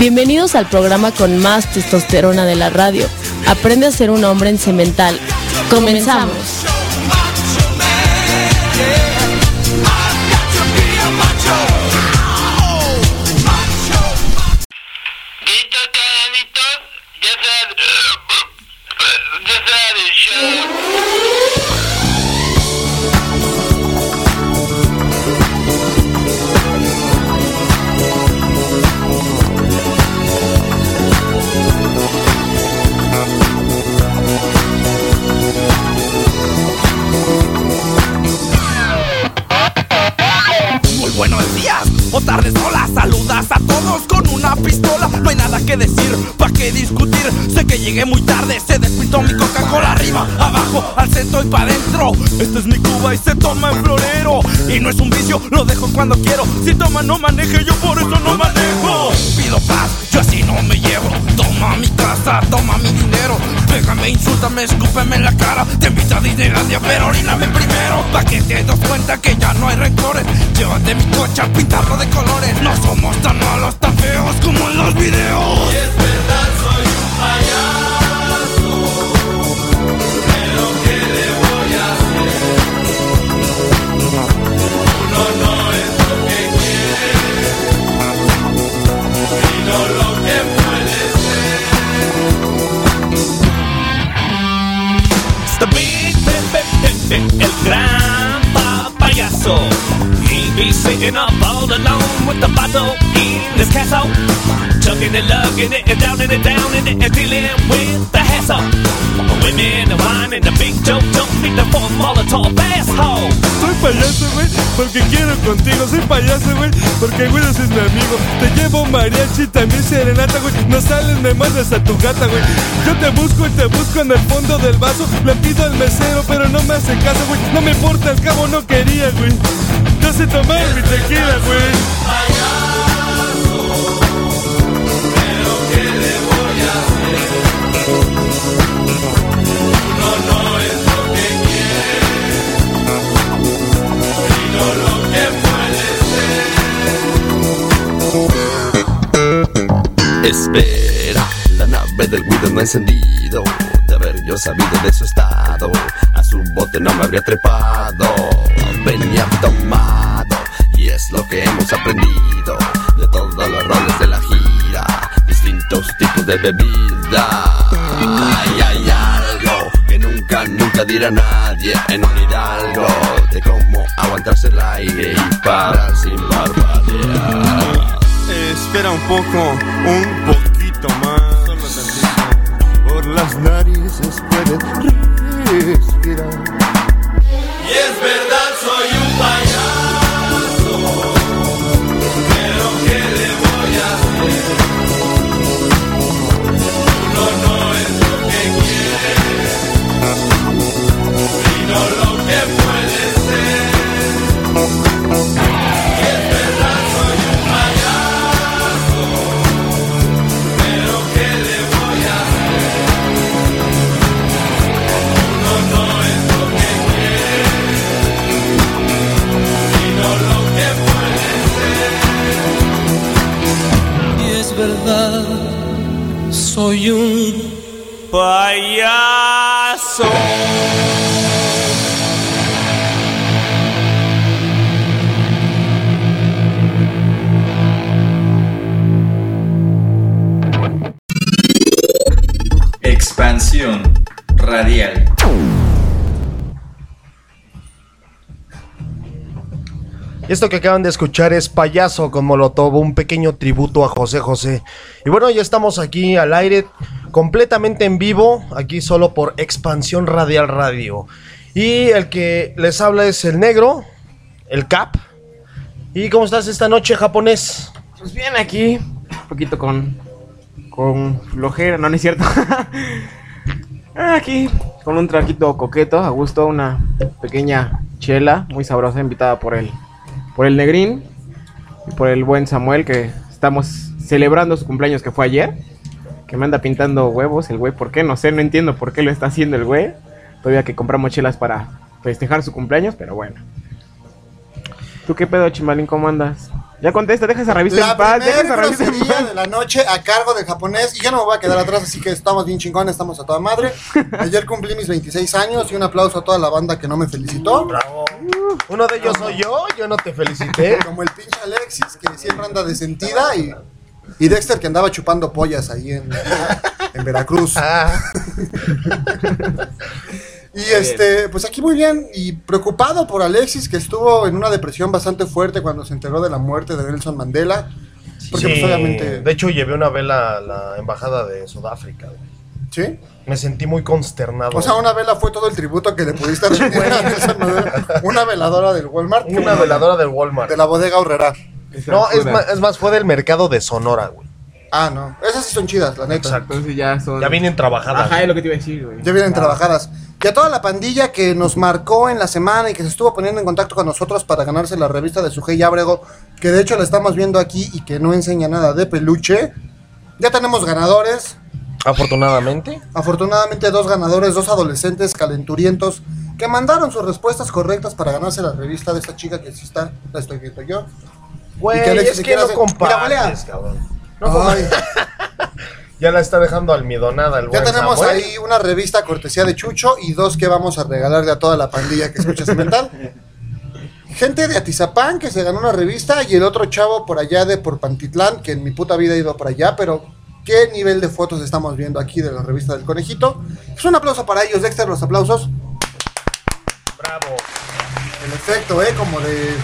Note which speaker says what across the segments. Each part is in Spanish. Speaker 1: Bienvenidos al programa con más testosterona de la radio. Aprende a ser un hombre en cemental. Comenzamos.
Speaker 2: Listo, ¿están listos? Ya saben, ya saben, show.
Speaker 3: Muy buenos días o tardes, hola, saludas a todos con una pistola. No hay nada que decir, pa' qué discutir. Sé que llegué muy tarde, se despintó mi Coca-Cola arriba, abajo, al centro y pa' adentro. Esta es mi Cuba y se toma en florero. Y no es un vicio, lo dejo cuando quiero. Si toma, no maneje, yo por eso no manejo. Pido paz, yo así no me llevo. Toma mi casa, toma mi dinero. Pégame, insúltame, escúpeme en la cara. Te invito a Disneylandia, pero oríname primero. Pa' que te das cuenta que ya no hay rencores. Llévate mi coche a pintarlo de colores. No somos tan malos, tan feos como en los videos.
Speaker 4: The Big Pepe Pepe, el gran papayazo. He be sitting up all alone with the bottle in his castle. Chugging and lugging it and down and down in it and dealing with the hassle. Women, the wine, and the big joke don't need to form Molotov asshole.
Speaker 5: Soy payaso, güey, porque quiero contigo. Soy payaso, güey, porque Güeros es mi amigo. Te llevo mariachi, también serenata, güey. No sales, me mandas a tu gata, güey. Yo te busco y te busco en el fondo del vaso. Le pido al mesero, pero no me hace caso, güey. No me importa, al cabo no quería, güey. Yo sé tomar mi tequila, güey.
Speaker 3: Espera, la nave del Guido no ha encendido. De haber yo sabido de su estado, a su bote no me habría trepado. Venía tomado, y es lo que hemos aprendido de todos los roles de la gira. Distintos tipos de bebida. Ay, hay algo que nunca, nunca dirá nadie en un hidalgo de cómo aguantarse el aire y parar sin barbadear.
Speaker 5: espera un poco, un poquito más. Por las narices puedes respirar.
Speaker 6: Y es verdad, soy un payaso.
Speaker 7: Expansión radial.
Speaker 8: Esto que acaban de escuchar es Payaso con Molotov, un pequeño tributo a José José. Y bueno, ya estamos aquí al aire, completamente en vivo, aquí solo por Expansión Radial Radio. Y el que les habla es el negro, el Cap. ¿Y cómo estás esta noche, japonés?
Speaker 9: Pues bien, aquí, un poquito con. con flojera, no, no es cierto. Ah, aquí, con un traquito coqueto, a gusto, una pequeña chela muy sabrosa, invitada por el, por el Negrín y por el buen Samuel, que estamos celebrando su cumpleaños que fue ayer. Que me anda pintando huevos el güey, ¿por qué? No sé, no entiendo por qué lo está haciendo el güey. Todavía que compramos chelas para festejar su cumpleaños, pero bueno. ¿Tú qué pedo, Chimalín? ¿Cómo andas? Ya contesta, deja esa revista
Speaker 10: La
Speaker 9: en paz, deja esa
Speaker 10: primera
Speaker 9: revista en
Speaker 10: grosería
Speaker 9: paz.
Speaker 10: de la noche a cargo del japonés. Y yo no me voy a quedar atrás, así que estamos bien chingones, estamos a toda madre. Ayer cumplí mis 26 años y un aplauso a toda la banda que no me
Speaker 9: Mm,
Speaker 10: felicitó.
Speaker 8: Uno de ellos soy yo, yo no te felicité.
Speaker 10: Como el pinche Alexis, que siempre anda de sentida. Y, y Dexter, que andaba chupando pollas ahí en, en Veracruz.
Speaker 8: Ah,
Speaker 10: Y este, pues aquí muy bien. Y preocupado por Alexis, que estuvo en una depresión bastante fuerte cuando se enteró de la muerte de Nelson Mandela. Porque
Speaker 8: Sí,
Speaker 10: pues obviamente.
Speaker 8: De hecho, llevé una vela a la embajada de Sudáfrica. güey.
Speaker 10: ¿Sí?
Speaker 8: Me sentí muy consternado.
Speaker 10: O sea, una vela fue todo el tributo que le pudiste rendir a Nelson Mandela. Una veladora del Walmart.
Speaker 8: Una veladora del Walmart.
Speaker 10: De la bodega horrera.
Speaker 8: No, es más, es más, fue del mercado de Sonora, güey.
Speaker 10: Ah, no. Esas sí son chidas, la neta.
Speaker 8: Exacto.
Speaker 9: Entonces ya son.
Speaker 8: Ya vienen trabajadas.
Speaker 9: Ajá, es lo que te iba a decir, güey.
Speaker 10: Ya vienen trabajadas. Y a toda la pandilla que nos marcó en la semana y que se estuvo poniendo en contacto con nosotros para ganarse la revista de Sujei Abrego, que de hecho la estamos viendo aquí y que no enseña nada de peluche. Ya tenemos ganadores.
Speaker 8: Afortunadamente.
Speaker 10: Afortunadamente dos ganadores, dos adolescentes calenturientos que mandaron sus respuestas correctas para ganarse la revista de esta chica que sí está, la estoy viendo yo.
Speaker 8: Güey,
Speaker 10: que Alexis
Speaker 8: es
Speaker 10: se
Speaker 8: que
Speaker 10: quiere
Speaker 8: no
Speaker 10: hacer- Mira,
Speaker 8: compartes,
Speaker 10: volea.
Speaker 8: cabrón.
Speaker 10: Ay,
Speaker 8: Ya la está dejando almidonada el
Speaker 10: ya
Speaker 8: buen
Speaker 10: tenemos
Speaker 8: Samuel.
Speaker 10: ahí una revista cortesía de Chucho y dos que vamos a regalarle a toda la pandilla que escucha Cemental. Gente de Atizapán que se ganó una revista y el otro chavo por allá de por Pantitlán, que en mi puta vida he ido para allá, pero qué nivel de fotos estamos viendo aquí de la revista del conejito. Es un aplauso para ellos, Dexter, los aplausos.
Speaker 8: Bravo.
Speaker 10: El efecto, ¿eh? Como de.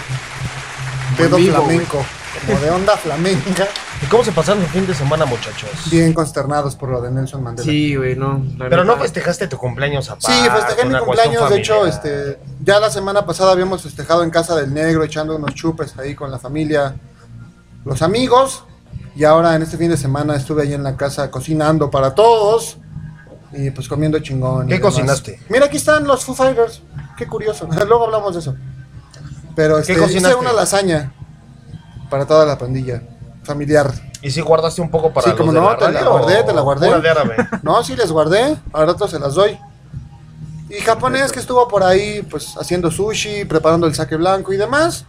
Speaker 10: Pedo
Speaker 9: en vivo,
Speaker 10: flamenco. Como de onda flamenca.
Speaker 8: ¿Y cómo se pasaron el fin de semana, muchachos?
Speaker 10: Bien consternados por lo de Nelson Mandela. Sí,
Speaker 9: Sí, güey, no. la
Speaker 8: Pero no este-
Speaker 9: neta.
Speaker 8: festejaste tu cumpleaños aparte.
Speaker 10: festejé mi
Speaker 8: una
Speaker 10: cumpleaños.
Speaker 8: cuestión
Speaker 10: De hecho,
Speaker 8: familiar.
Speaker 10: este, ya la semana pasada habíamos festejado en casa del negro, echando unos chupes ahí con la familia, los amigos. Y ahora en este fin de semana estuve ahí en la casa cocinando para todos. Y pues comiendo chingón. y
Speaker 8: ¿Qué
Speaker 10: demás.
Speaker 8: cocinaste?
Speaker 10: Mira, aquí están los Foo Fighters. Qué curioso. Luego hablamos de eso. Pero este, hice
Speaker 8: cocinaste?
Speaker 10: una lasaña para toda la pandilla familiar.
Speaker 8: ¿Y si guardaste un poco para
Speaker 10: Sí,
Speaker 8: los
Speaker 10: como
Speaker 8: de
Speaker 10: no, te la
Speaker 8: radio
Speaker 10: guardé,
Speaker 8: o
Speaker 10: te la guardé.
Speaker 8: pura de árabe?
Speaker 10: No, sí les guardé, al rato se las doy. Y japonés que estuvo por ahí, pues haciendo sushi, preparando el saque blanco y demás.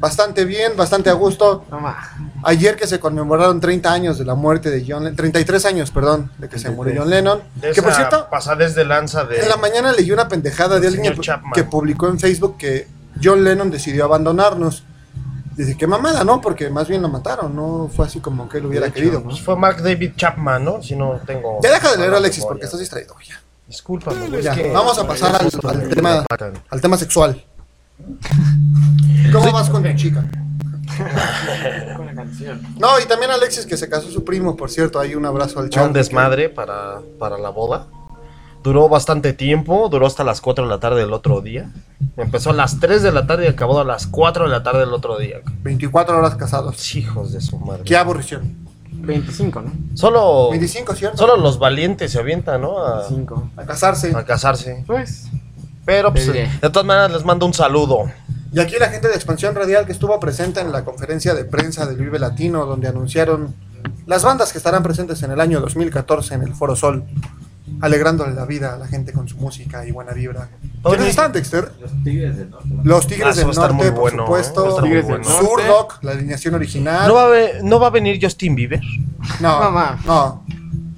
Speaker 10: Bastante bien, bastante a gusto.
Speaker 9: No ma.
Speaker 10: Ayer que se conmemoraron 30 años de la muerte de John Lennon, 33 años, perdón, de que se murió John Lennon.
Speaker 8: De
Speaker 10: Que por
Speaker 8: esa
Speaker 10: cierto,
Speaker 8: pasadez de lanza de...
Speaker 10: en la mañana leí una pendejada de
Speaker 8: El
Speaker 10: alguien
Speaker 8: señor
Speaker 10: que,
Speaker 8: Chapman.
Speaker 10: que publicó en Facebook que John Lennon decidió abandonarnos. Dice, qué mamada, ¿no? Porque más bien lo mataron, no fue así como que él hubiera querido.
Speaker 8: Pues fue Mark David Chapman, ¿no? Si no tengo...
Speaker 10: Ya deja de leer,
Speaker 8: mala
Speaker 10: Alexis,
Speaker 8: memoria.
Speaker 10: porque estás distraído. ya.
Speaker 8: Discúlpame, güey,
Speaker 10: Ya,
Speaker 8: es Pues que-
Speaker 10: vamos a pasar al,
Speaker 8: Justo
Speaker 10: al
Speaker 8: me
Speaker 10: tema,
Speaker 8: matan.
Speaker 10: al tema sexual. ¿Cómo vas con tu chica?
Speaker 9: Con la canción.
Speaker 10: No, y también Alexis que se casó su primo, por cierto, ahí un abrazo al
Speaker 8: Fue
Speaker 10: chavo.
Speaker 8: un desmadre para, para la boda. Duró bastante tiempo, duró hasta las 4 de la tarde del otro día. Empezó a las 3 de la tarde y acabó a las 4 de la tarde del otro día.
Speaker 10: 24 horas casados.
Speaker 8: Hijos de su madre.
Speaker 10: Qué aburrición.
Speaker 9: 25, ¿no?
Speaker 8: Solo,
Speaker 10: 25, ¿cierto?
Speaker 8: Oh. solo los valientes se avientan, ¿no? A,
Speaker 9: 25.
Speaker 10: A casarse.
Speaker 8: a casarse.
Speaker 9: Pues.
Speaker 8: Pero pues,
Speaker 9: Te diré.
Speaker 8: de todas maneras les mando un saludo.
Speaker 10: Y aquí la gente de Expansión Radial que estuvo presente en la conferencia de prensa del Vive Latino, donde anunciaron las bandas que estarán presentes en el año 2014 en el Foro Sol, alegrándole la vida a la gente con su música y buena vibra.
Speaker 8: Oye.
Speaker 10: ¿Quiénes están, Dexter? Los
Speaker 8: Ah,
Speaker 10: Tigres
Speaker 8: eso va
Speaker 10: del
Speaker 8: a estar
Speaker 10: Norte.
Speaker 8: muy
Speaker 10: Los Tigres del Norte, por
Speaker 8: bueno, ¿eh? Va a
Speaker 10: supuesto.
Speaker 8: estar muy
Speaker 9: Tigres del
Speaker 8: bueno.
Speaker 9: Norte.
Speaker 10: Surdoc, la alineación original.
Speaker 8: ¿No va, a ve- ¿No va a venir Justin Bieber?
Speaker 10: No,
Speaker 9: No, ma.
Speaker 10: no,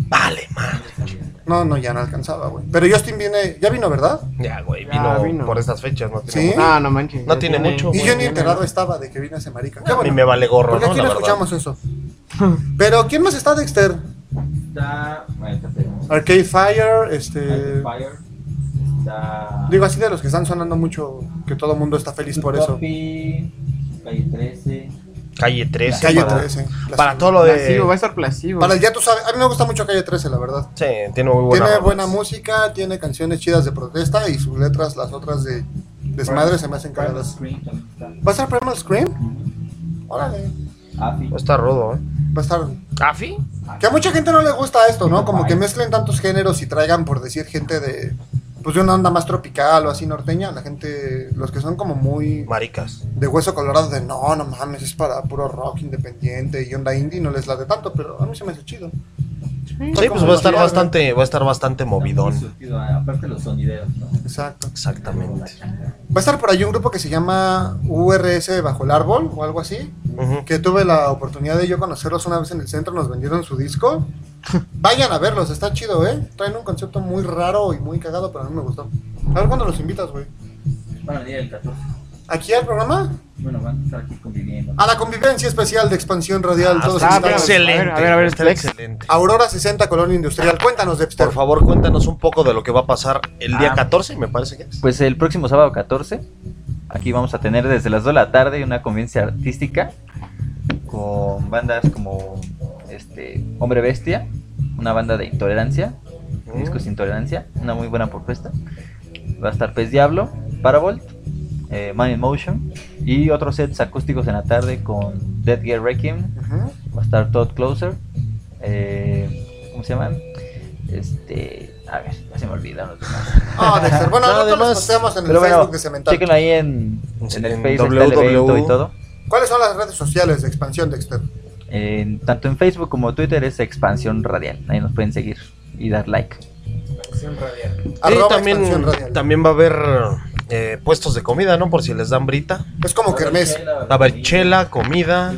Speaker 8: Vale, madre.
Speaker 10: no, no, ya no alcanzaba, güey. Pero Justin viene, ya vino, ¿verdad?
Speaker 8: Ya, güey,
Speaker 9: Ya
Speaker 8: vino,
Speaker 9: vino.
Speaker 8: por estas fechas. No
Speaker 10: ¿Sí?
Speaker 8: tiene mucho.
Speaker 9: No, ah, no manches.
Speaker 8: No
Speaker 9: ya
Speaker 8: tiene mucho.
Speaker 10: Y
Speaker 8: Bueno,
Speaker 10: yo ni
Speaker 9: ya
Speaker 10: enterado estaba de que vino ese marica. Qué
Speaker 8: A mí
Speaker 10: bueno.
Speaker 8: me vale gorro,
Speaker 10: Porque
Speaker 8: ¿no?
Speaker 10: aquí
Speaker 8: La
Speaker 10: no
Speaker 8: verdad.
Speaker 10: escuchamos eso. Pero, ¿quién más está, Dexter?
Speaker 11: Está. bueno, ahorita te digo.
Speaker 10: Arcade Fire, este.
Speaker 11: Fire. Está.
Speaker 10: Digo así de los que están sonando mucho, que todo el mundo está feliz por eso.
Speaker 11: Tupapi, Calle 13.
Speaker 8: Calle 13.
Speaker 10: Calle
Speaker 8: para-
Speaker 10: 13.
Speaker 8: Para todo lo de...
Speaker 9: Plasivo, va a estar plasivo.
Speaker 10: Para el ya tú sabes, a mí me gusta mucho Calle 13, la verdad.
Speaker 8: Sí, tiene muy buena
Speaker 10: tiene
Speaker 8: rola.
Speaker 10: buena música, tiene canciones chidas de protesta y sus letras, las otras de desmadre, se me hacen cagadas.
Speaker 11: Screen también está.
Speaker 10: ¿Va a estar Primal Scream? Órale.
Speaker 11: Afi.
Speaker 8: Está rudo, ¿eh?
Speaker 10: Va a estar.
Speaker 8: ¿Afi?
Speaker 10: Que a mucha gente no le gusta esto, ¿no? Como que mezclen tantos géneros y traigan, por decir, gente de. Pues de una onda más tropical o así norteña. La gente. Los que son como muy.
Speaker 8: Maricas.
Speaker 10: De hueso colorado, de no, no mames, es para puro rock independiente y onda indie, no les late tanto, pero a mí se me hace chido.
Speaker 8: Sí, pues va a estar bastante, va a estar bastante movidón.
Speaker 11: surtido, ah, aparte los sonideos, ¿no?
Speaker 10: Exacto.
Speaker 8: Exactamente.
Speaker 10: Va a estar por ahí un grupo que se llama URS Bajo el Árbol o algo así, que tuve la oportunidad de yo conocerlos una vez en el centro, nos vendieron su disco. Vayan a verlos, está chido, ¿eh? Traen un concepto muy raro y muy cagado, pero a mí me gustó. A ver cuándo los invitas, güey.
Speaker 11: Van a venir el 14.
Speaker 10: ¿Aquí al programa?
Speaker 11: Bueno, van a estar aquí conviviendo.
Speaker 10: A la convivencia especial de expansión radial.
Speaker 8: Ah,
Speaker 10: todos
Speaker 8: está
Speaker 10: invitados.
Speaker 8: excelente,
Speaker 10: A ver, a ver,
Speaker 8: está
Speaker 10: a ver, Alex.
Speaker 8: excelente.
Speaker 10: Aurora 60, Colonia Industrial. Cuéntanos, Dexter.
Speaker 8: Por favor, cuéntanos un poco de lo que va a pasar el día
Speaker 11: Ah.
Speaker 8: 14, me parece que es.
Speaker 11: Pues el próximo sábado 14, aquí vamos a tener desde las 2 de la tarde una convivencia artística con bandas como este Hombre Bestia, una banda de intolerancia,
Speaker 8: Pues,
Speaker 11: discos intolerancia, una muy buena propuesta. Va a estar Pez Diablo, Paravolt, eh, Man in Motion y otros sets acústicos en la tarde con Dead Gear Requiem, va a estar Todd Closer, eh, ¿cómo se llaman? Este, a ver, ya se me olvidaron los demás.
Speaker 10: Ah, Dexter. Bueno,
Speaker 8: No,
Speaker 10: nosotros
Speaker 8: además-
Speaker 10: los posteamos en el
Speaker 11: Pero bueno,
Speaker 10: Facebook de Cemental.
Speaker 11: Chequenlo ahí en, en el
Speaker 8: en
Speaker 11: Facebook este
Speaker 8: www.
Speaker 11: y todo.
Speaker 10: ¿Cuáles son las redes sociales de expansión, Dexter?
Speaker 11: En- tanto en Facebook como Twitter es Expansión Radial. Ahí nos pueden seguir y dar like.
Speaker 8: Sí,
Speaker 10: Arroba
Speaker 8: también,
Speaker 10: Expansión Radial.
Speaker 8: también va a haber eh, puestos de comida, ¿no? Por si les dan brita.
Speaker 10: Es como kermés.
Speaker 8: Va a haber chela, comida,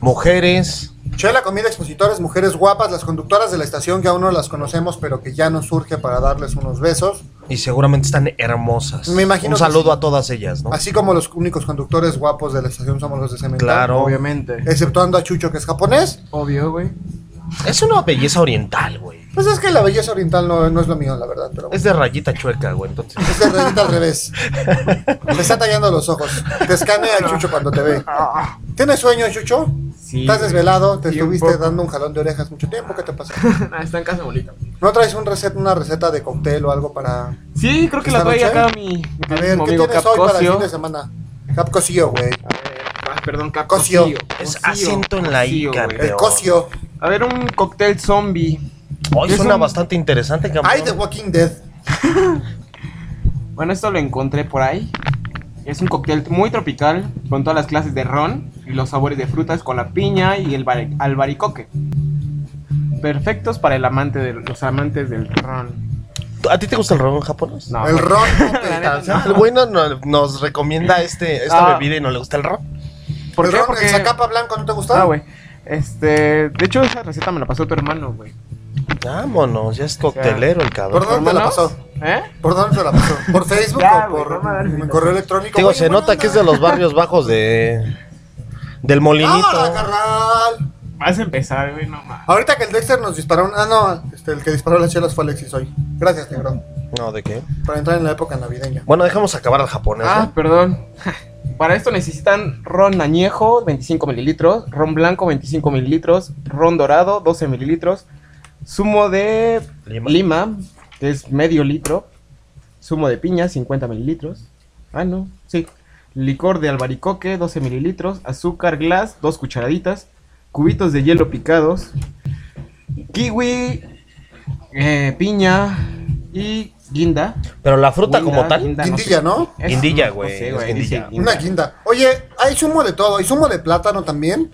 Speaker 8: mujeres.
Speaker 10: Chela, comida, expositores, mujeres guapas, las conductoras de la estación que aún no las conocemos, pero que ya nos surge para darles unos besos.
Speaker 8: Y seguramente están hermosas.
Speaker 10: Me imagino
Speaker 8: Un
Speaker 10: que
Speaker 8: saludo
Speaker 10: sí.
Speaker 8: a todas ellas, ¿no?
Speaker 10: Así como los únicos conductores guapos de la estación somos los de Cemental.
Speaker 8: Claro.
Speaker 10: Eh.
Speaker 9: Obviamente.
Speaker 10: Exceptuando a Chucho, que es japonés.
Speaker 9: Obvio, güey.
Speaker 8: Es una belleza oriental, güey.
Speaker 10: Pues es que la belleza oriental no, no es lo mío, la verdad. Pero bueno.
Speaker 8: Es de rayita chueca, güey. Entonces.
Speaker 10: Es de rayita al revés. Te está tallando los ojos. Te escanea el Chucho cuando te ve. ¿Tienes sueño, Chucho?
Speaker 9: Sí.
Speaker 10: ¿Estás desvelado? ¿Te
Speaker 9: Sí, un
Speaker 10: estuviste
Speaker 9: poco.
Speaker 10: dando un jalón de orejas mucho tiempo? ¿Qué te pasa?
Speaker 9: Ah, está en casa bonita.
Speaker 10: ¿No traes un receta, una receta de cóctel o algo para...?
Speaker 9: Sí, creo que la
Speaker 10: ¿Esta
Speaker 9: trae
Speaker 10: noche?
Speaker 9: acá mi, mi
Speaker 10: A ver,
Speaker 9: queridísimo
Speaker 10: ¿qué
Speaker 9: amigo
Speaker 10: tienes hoy para el fin
Speaker 9: Capcosio.
Speaker 10: de semana? Capcosio, güey.
Speaker 9: Ah, perdón,
Speaker 10: Cosio.
Speaker 9: Capcosio.
Speaker 8: Es
Speaker 9: Cosio,
Speaker 8: acento en la
Speaker 9: Cosio,
Speaker 8: ica,
Speaker 9: güey.
Speaker 8: Pero-
Speaker 10: El cosio.
Speaker 9: A ver, un cóctel zombie.
Speaker 8: Hoy
Speaker 9: Es
Speaker 8: suena
Speaker 9: un-
Speaker 8: bastante interesante, cabrón.
Speaker 10: Ay, The Walking Dead.
Speaker 9: Bueno, esto lo encontré por ahí. Es un cóctel muy tropical con todas las clases de ron y los sabores de frutas con la piña y el bari- albaricoque. Perfectos para el amante de los amantes del ron.
Speaker 8: ¿A ti te gusta el ron japonés? Ah,
Speaker 9: No.
Speaker 10: El ron.
Speaker 9: Ah. La neta, no.
Speaker 8: El güey no- no- nos recomienda este, esta
Speaker 9: Ah.
Speaker 8: bebida y no le gusta el ron.
Speaker 9: ¿Por
Speaker 10: el
Speaker 9: qué?
Speaker 10: ron,
Speaker 9: Porque
Speaker 10: el zacapa blanco, ¿no te gusta?
Speaker 9: Ah, güey. Este, de hecho esa receta me la pasó tu hermano, güey.
Speaker 8: Vámonos, ya es coctelero el
Speaker 10: ¿Por
Speaker 8: cabrón.
Speaker 10: dónde te la
Speaker 9: ¿Hermano?
Speaker 10: pasó?
Speaker 9: ¿Eh?
Speaker 10: ¿Por dónde te la pasó? ¿Por Facebook
Speaker 9: Ya,
Speaker 10: o
Speaker 9: güey,
Speaker 10: por
Speaker 9: no me hagas
Speaker 10: mi
Speaker 9: gritar.
Speaker 10: correo electrónico?
Speaker 8: Digo,
Speaker 10: Oye,
Speaker 8: se
Speaker 10: buena
Speaker 8: nota que es
Speaker 10: onda.
Speaker 8: de los barrios bajos de del molinito.
Speaker 10: ¡Ahora, carnal!
Speaker 9: Vas a empezar, güey, no más.
Speaker 10: Ahorita que el Dexter nos disparó un... Ah, no, este, el que disparó las chelas fue Alexis hoy. Gracias, negro.
Speaker 8: No, ¿de qué?
Speaker 10: Para entrar en la época navideña.
Speaker 8: Bueno, dejamos acabar al japonés.
Speaker 9: Ah,
Speaker 8: ¿no?
Speaker 9: perdón. Para esto necesitan ron añejo, 25 mililitros, ron blanco, 25 mililitros, ron dorado, 12 mililitros, zumo de
Speaker 8: Lima.
Speaker 9: lima, que es medio litro, zumo de piña, 50 mililitros. Ah, no, sí. Licor de albaricoque, 12 mililitros, azúcar glass, 2 cucharaditas, cubitos de hielo picados, kiwi, eh, piña y guinda.
Speaker 8: ¿eh? Pero la fruta
Speaker 9: Guinda,
Speaker 8: como tal.
Speaker 9: guinda, no sé.
Speaker 10: Guindilla, ¿no?
Speaker 9: Es-
Speaker 8: Guindilla,
Speaker 9: no
Speaker 8: güey,
Speaker 9: sé,
Speaker 8: es
Speaker 9: dice
Speaker 8: guindilla.
Speaker 9: guinda.
Speaker 10: Una guinda. Oye, hay zumo de todo. Hay zumo de plátano también.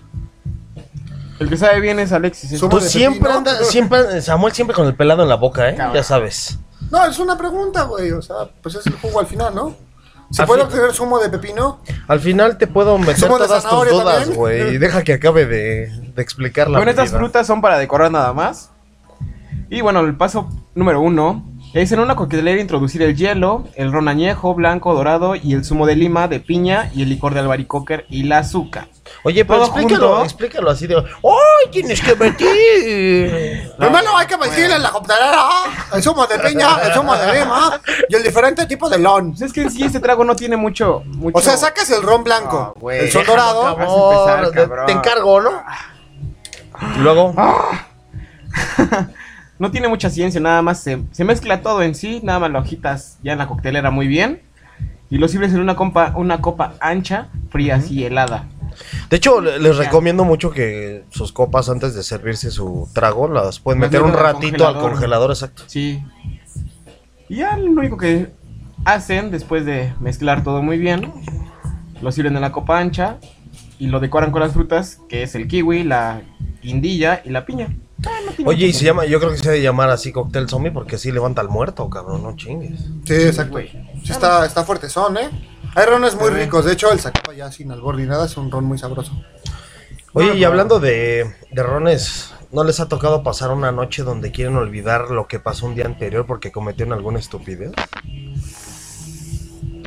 Speaker 9: El que sabe bien es Alexis. ¿eh?
Speaker 10: Somos-
Speaker 8: Tú
Speaker 10: de
Speaker 8: pues siempre
Speaker 10: pepino.
Speaker 8: andas, siempre, Samuel siempre con el pelado en la boca, ¿eh?
Speaker 9: Cabrón.
Speaker 8: Ya sabes.
Speaker 10: No, es una pregunta, güey. O sea, pues es el jugo al final, ¿no? ¿Se
Speaker 8: Al
Speaker 10: puede
Speaker 8: fin-
Speaker 10: obtener zumo de pepino?
Speaker 8: Al final te puedo meter
Speaker 10: Zumo de
Speaker 8: todas tus
Speaker 10: zanahoria
Speaker 8: dudas,
Speaker 10: también.
Speaker 8: güey. y Deja que acabe de, de explicar la
Speaker 9: Bueno, estas
Speaker 8: bebida.
Speaker 9: frutas son para decorar nada más. Y bueno, el paso número uno es en una coquetelera introducir el hielo, el ron añejo, blanco, dorado y el zumo de lima, de piña y el licor de albaricoque y la azúcar.
Speaker 8: Oye, pero
Speaker 9: todo
Speaker 8: explícalo,
Speaker 9: junto.
Speaker 8: explícalo así de. ¡Ay, tienes que meter!
Speaker 10: Hermano, hay que meterle en la computadora "Ah, el zumo de piña, el zumo de lima y el diferente tipo de lon.
Speaker 9: Pues es que en sí este trago no tiene mucho... mucho...
Speaker 10: O sea, sacas el ron blanco,
Speaker 9: Ah, güey.
Speaker 10: el sol
Speaker 9: Déjalo,
Speaker 10: dorado,
Speaker 9: cabrón. Vas a empezar,
Speaker 8: te-
Speaker 9: cabrón.
Speaker 8: te encargo, ¿no?
Speaker 10: Ah.
Speaker 8: Y luego,
Speaker 9: No tiene mucha ciencia, nada más se, se mezcla todo en sí, nada más lo agitas ya en la coctelera muy bien. Y lo sirves en una, compa, una copa ancha, fría así, helada.
Speaker 8: de hecho, le- les recomiendo mucho que sus copas antes de servirse su trago las pueden
Speaker 9: Las
Speaker 8: meter un
Speaker 9: meten al
Speaker 8: ratito al
Speaker 9: congelador.
Speaker 8: congelador, exacto.
Speaker 9: Sí. Y ya lo único que hacen después de mezclar todo muy bien, lo sirven en la copa ancha y lo decoran con las frutas, que es el kiwi, la guindilla y la piña. Ah,
Speaker 8: Oye, y se llama, yo creo que se debe llamar así cóctel zombie porque sí levanta al muerto, cabrón, no chingues.
Speaker 10: Sí, exacto. Sí, está, está fuertezón, ¿eh? Hay rones muy ricos. De hecho, el sacaba ya sin albor ni nada es un ron muy sabroso.
Speaker 8: Oye, y hablando de, de rones, ¿no les ha tocado pasar una noche donde quieren olvidar lo que pasó un día anterior porque cometieron alguna estupidez?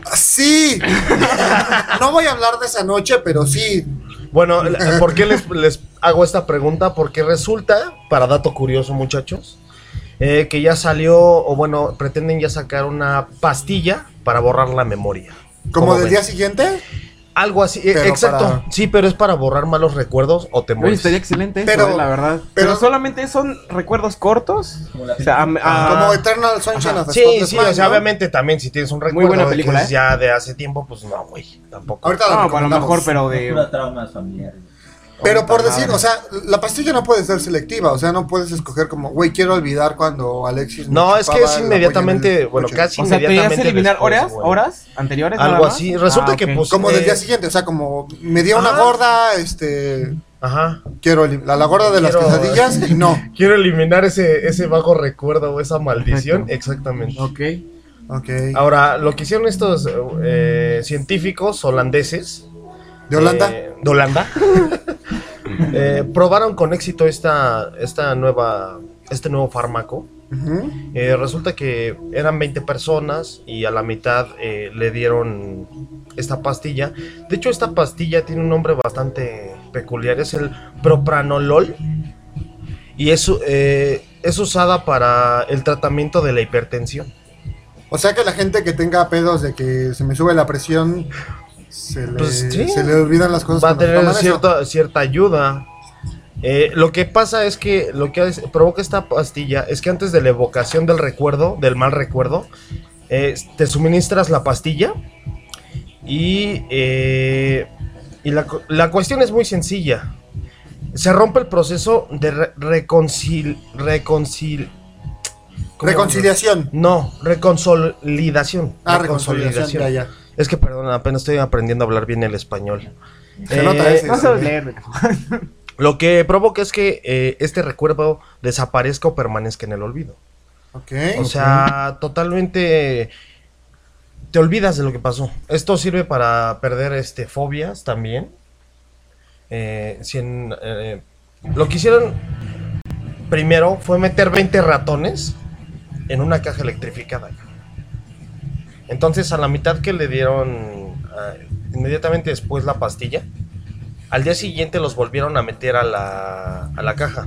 Speaker 10: ¡Ah, ¡Sí! no voy a hablar de esa noche, pero sí.
Speaker 8: Bueno, la- ¿por qué les, les hago esta pregunta? Porque resulta, para dato curioso, muchachos, eh, que ya salió, o bueno, pretenden ya sacar una pastilla para borrar la memoria.
Speaker 10: ¿Como del
Speaker 8: ven?
Speaker 10: día siguiente?
Speaker 8: Algo así, eh,
Speaker 10: Pero
Speaker 8: exacto.
Speaker 10: para-
Speaker 8: Sí, pero es para borrar malos recuerdos o temores.
Speaker 9: Oye, estaría excelente eso,
Speaker 8: Pero-
Speaker 9: eh, la verdad. Pues, Pero, solamente son recuerdos cortos. O sea, am-
Speaker 8: Ah,
Speaker 9: a-
Speaker 10: Como Eternal Sunshine of the
Speaker 8: Sí,
Speaker 10: Spotless
Speaker 8: sí,
Speaker 10: Mind,
Speaker 8: o sea,
Speaker 10: ¿no?
Speaker 8: obviamente también si tienes un recuerdo
Speaker 9: buena
Speaker 8: de que
Speaker 9: película,
Speaker 8: es
Speaker 9: ¿eh?
Speaker 8: ya de hace tiempo, pues no, güey, tampoco.
Speaker 10: Ahorita la No,
Speaker 8: para
Speaker 10: a lo mejor, pero de-
Speaker 11: Cura traumas familiares.
Speaker 10: Pero por decir, o sea, la pastilla no puede ser selectiva, o sea, no puedes escoger como, güey, quiero olvidar cuando Alexis... me
Speaker 8: No, es que
Speaker 10: chupaba
Speaker 8: es
Speaker 10: la
Speaker 8: inmediatamente,
Speaker 10: polla en el
Speaker 8: bueno,
Speaker 10: coche".
Speaker 8: casi
Speaker 9: O sea, ¿te
Speaker 8: inmediatamente
Speaker 9: hace eliminar
Speaker 8: después,
Speaker 9: horas,
Speaker 8: güey.
Speaker 9: horas anteriores?
Speaker 8: Algo
Speaker 9: nada más?
Speaker 8: así. Resulta
Speaker 9: Ah,
Speaker 8: que
Speaker 9: ok.
Speaker 8: pues
Speaker 10: Como del
Speaker 8: eh,
Speaker 10: día siguiente, o sea, como me dio una
Speaker 8: Ajá.
Speaker 10: gorda, este...
Speaker 8: Ajá.
Speaker 10: Quiero elim- la, la gorda de las
Speaker 8: Quiero-
Speaker 10: quesadillas y no.
Speaker 8: Quiero eliminar ese, ese vago recuerdo o esa maldición. Exactamente.
Speaker 9: Ok.
Speaker 10: Ok.
Speaker 8: Ahora, lo que hicieron estos eh, científicos holandeses.
Speaker 10: ¿De Holanda?
Speaker 8: eh, de Holanda. eh, probaron con éxito esta, esta nueva, este nuevo fármaco.
Speaker 10: Ujú.
Speaker 8: Eh, resulta que eran 20 personas y a la mitad eh, le dieron esta pastilla. De hecho, esta pastilla tiene un nombre bastante peculiar, es el propranolol. Y es, eh, es usada para el tratamiento de la hipertensión.
Speaker 10: O sea que la gente que tenga pedos de que se me sube la presión, se le,
Speaker 8: Pues, sí.
Speaker 10: se le olvidan las cosas.
Speaker 8: Va a
Speaker 10: cuando
Speaker 8: tener
Speaker 10: toman eso.
Speaker 8: cierta, cierta ayuda. Eh, lo que pasa es que lo que es- provoca esta pastilla es que antes de la evocación del recuerdo, del mal recuerdo, eh, te suministras la pastilla y, eh, y la, cu- la cuestión es muy sencilla. Se rompe el proceso de re- reconcil, reconcil- ¿cómo?
Speaker 10: Reconciliación.
Speaker 8: No, reconsolidación.
Speaker 10: Ah, reconsolidación, ya, ya.
Speaker 8: Es que, perdón, apenas estoy aprendiendo a hablar bien el español.
Speaker 10: Se
Speaker 8: Eh,
Speaker 10: nota ese.
Speaker 9: No sabes leer.
Speaker 8: Lo que provoca es que eh, este recuerdo desaparezca o permanezca en el olvido.
Speaker 10: Ok.
Speaker 8: ¿eh? O sea, totalmente te olvidas de lo que pasó. Esto sirve para perder este fobias también. Eh, si en, eh, lo que hicieron primero fue meter 20 ratones en una caja electrificada. Entonces a la mitad que le dieron eh, inmediatamente después la pastilla, al día siguiente los volvieron a meter a la, a la caja.